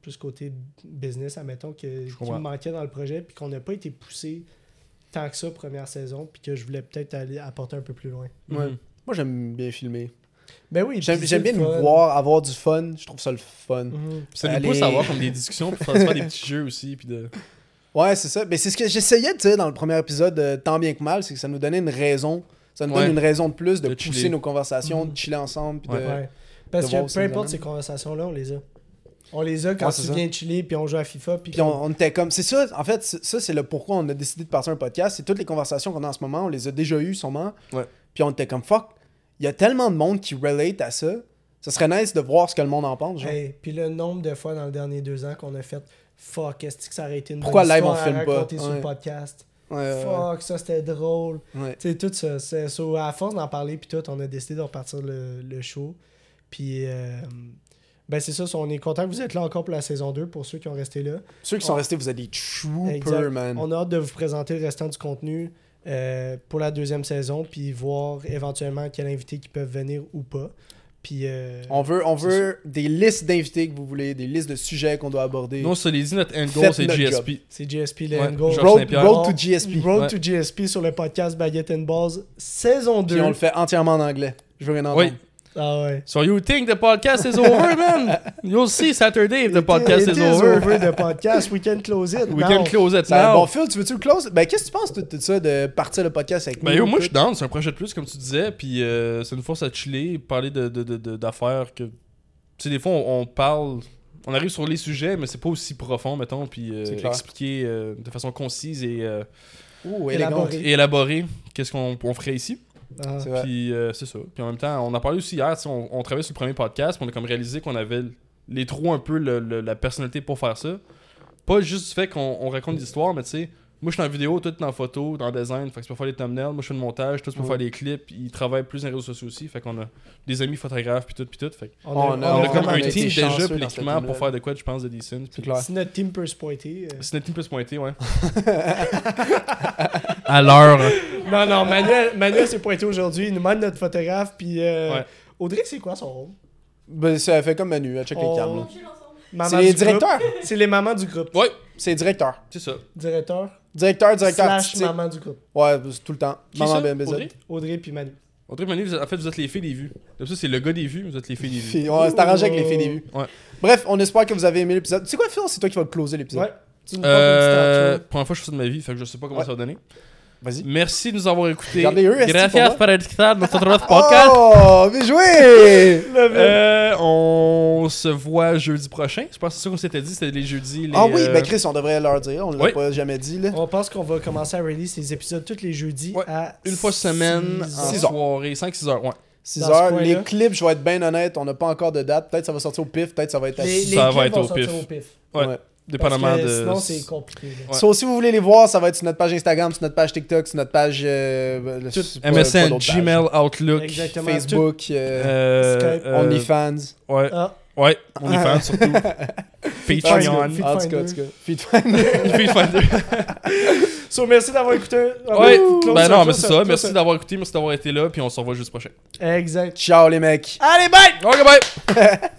plus côté business, admettons, que, qui
comprends.
me manquait dans le projet, puis qu'on n'a pas été poussé tant que ça première saison, puis que je voulais peut-être aller apporter un peu plus loin.
Hmm.
Ouais. Moi, j'aime bien filmer.
Ben oui,
J'aime
puis
j'aime
c'est
bien
le
me
fun.
voir, avoir du fun. Je trouve ça le fun.
Mhm.
Puis ça nous
Allez.
pousse à avoir comme des discussions, pour faire, se faire des petits jeux aussi, puis de.
Ouais, c'est ça. Mais c'est ce que j'essayais de dire dans le premier épisode, euh, tant bien que mal, c'est que ça nous donnait une raison. Ça nous
Ouais.
donne une raison de plus de,
De
pousser
chiller.
nos conversations,
Mhm.
de chiller ensemble. puis
Ouais.
de-
Ouais. Parce
euh, de voir
que
aussi
peu
les
importe
amènes.
ces conversations-là, on les a. On les a quand
Ouais,
tu
c'est ça.
viens chiller, puis on joue à FIFA, puis...
Puis
qu'on-
on, on était comme. C'est ça, en fait, c'est- ça, c'est le pourquoi on a décidé de partir un podcast. C'est toutes les conversations qu'on a en ce moment, on les a déjà eues sûrement.
Ouais.
Puis on était comme, fuck, il y a tellement de monde qui relate à ça. Ça serait nice de voir ce que le monde en pense. genre.
Hey, puis le nombre de fois dans les derniers deux ans qu'on a fait « Fuck, est-ce que ça aurait été une
Pourquoi
bonne
live, on
histoire à
filme pas?
raconter sur le
Ouais.
podcast?
Ouais, ouais, ouais.
Fuck, ça c'était drôle. »
Ouais.
Tu sais, tout ça. c'est- so, à force d'en parler, puis tout, on a décidé de repartir le, le show. Puis, euh, ben c'est ça, so, on est content que vous êtes là encore pour la saison 2, pour ceux qui ont resté là.
Ceux qui sont restés, vous êtes des
Exact.
troopers,
Mm.
man.
On a hâte de vous présenter le restant du contenu euh, pour la deuxième saison, puis voir éventuellement quels invités qui peuvent venir ou pas. Puis, euh,
On veut, on
C'est
veut des listes d'invités que vous voulez, des listes de sujets qu'on doit aborder.
Nous, on se l'est dit, notre end goal,
Faites
c'est
notre
GSP.
c'est GSP le
Ouais,
end goal.
Georges
Road,
Saint-Pierre.
Road to
On-
GSP.
Road
ouais.
to GSP sur le podcast Baguette and Balls, saison 2.
Puis on le fait entièrement en anglais. Je veux rien entendre.
Oui.
Ah ouais.
So you think the podcast is over, man? You'll see
[LAUGHS]
Saturday if the
It
podcast
it
is over.
the podcast. We can close it.
We can
now.
close it
C'est un
now.
bon Phil, tu veux-tu le close? Ben, qu'est-ce que tu penses de, de ça, de partir le podcast avec
Ben
nous?
yo, moi je
tout?
suis down, c'est un projet de plus comme tu disais, puis euh, ça nous force à chiller, parler de, de- de- de- d'affaires que... Tu sais, des fois on, on parle, on arrive sur les sujets, mais c'est pas aussi profond, mettons, puis euh,
C'est clair.
expliquer euh, de façon concise et, euh,
Ouh, élégant.
Élaboré.
et élaborée qu'est-ce qu'on on ferait ici.
Ah.
C'est vrai.
Puis euh, c'est ça. Puis en même temps, on en parlé aussi hier, tu sais, on, on travaillait sur le premier podcast, puis on a comme réalisé qu'on avait l- les trois un peu le- le- la personnalité pour faire ça. Pas juste du fait qu'on on raconte des histoires, mais tu sais, moi je suis en vidéo, toi t'es en photo, dans design, fait que tu peux faire les thumbnails, moi je fais le montage, toi tu peux
Mm.
faire les clips, ils travaillent plus dans les réseaux sociaux aussi, fait qu'on a des amis photographes, puis tout, puis tout. Fait que
On a-
on, a
Ah, on
comme
a
un
été
team
chanceux
déjà,
dans
puis
cette
l'équipement
team-là.
pour faire de quoi, je pense, de decent.
C'est
Puis
clair.
Si notre team peut se pointer. euh.
c'est notre team plus
[LAUGHS]
pointé, ouais. à l'heure.
Non, non, [LAUGHS] Manuel, Manuel s'est pointé aujourd'hui. Il nous demande notre photographe. Puis euh,
Ouais.
Audrey, c'est quoi son rôle
Ben, ça fait comme Manu, elle check
On-
les câbles. là.
On chill ensemble.
Maman
C'est les
du groupe.
directeurs.
C'est les mamans du groupe.
Ouais,
C'est directeur.
c'est ça.
Directeur,
Directeur, directeur.
slash
artistique.
maman du groupe.
Ouais, c'est tout le temps.
Qui
Maman Ben
ça,
BMBZ.
Audrey?
Audrey puis Manu.
Audrey Manu, vous êtes- en fait, vous êtes les filles des vues. Comme ça, c'est le gars des vues, vous êtes les filles des vues.
Puis, ouais, c'est arrangé avec les filles des vues.
Ouais.
Bref, on espère que vous avez aimé l'épisode. C'est quoi, Phil C'est toi qui vas closer l'épisode.
Ouais. Tu nous
Euh,
portes
première fois que je fais ça de ma vie, fait que je sais pas comment
Ouais.
ça va donner.
Vas-y.
Merci de nous avoir écoutés.
Regardez-eux, est-ce qu'ils font
Gracias por escuchar
[LAUGHS]
notre podcast.
Oh, bien
[LAUGHS]
joué
une petite tantôt.
Euh, on se voit jeudi prochain. Je pense que c'est ça qu'on s'était dit, c'était les jeudis. les,
Ah oui,
euh,
ben Chris, on devrait leur dire. On l'a
Oui.
pas jamais dit, là.
On pense qu'on va commencer à release les épisodes tous les jeudis
Ouais.
à
euh, une fois semaine,
six
en
heures.
Six heures.
soirée, 5-6 heures. Ouais.
6
Dans ce
heures.
coin-là.
Les clips, je vais être bien honnête, on n'a pas encore de date. Peut-être ça va sortir au pif, peut-être ça va être à
Les,
six
les
Ça va
clips
être
vont
au
sortir
pif.
au pif.
Ouais.
Ouais.
Parce
Dépendamment
que
de.
sinon, c'est compliqué. là.
Ouais.
So, si vous voulez les voir, ça va être sur notre page Instagram, sur notre page TikTok, sur notre page euh, le-
Tout-
c'est pas- pas
MSN,
d'autres pages.
Gmail, Outlook,
Exactement.
Facebook, euh,
euh,
Skype.
euh,
OnlyFans.
Ouais,
Ah,
ouais,
[LAUGHS]
OnlyFans surtout. Patreon.
Feed-
En tout cas, en tout cas. [LAUGHS] Feedfinder.
[LAUGHS] Feedfinder.
So, merci d'avoir écouté.
Ouais,
Close
ben
ça,
non,
close
mais c'est
ça,
ça.
close
Merci d'avoir écouté, merci d'avoir été là, puis on se revoit juste prochain.
Exact.
Ciao les mecs.
Allez, bye!
Ok, bye!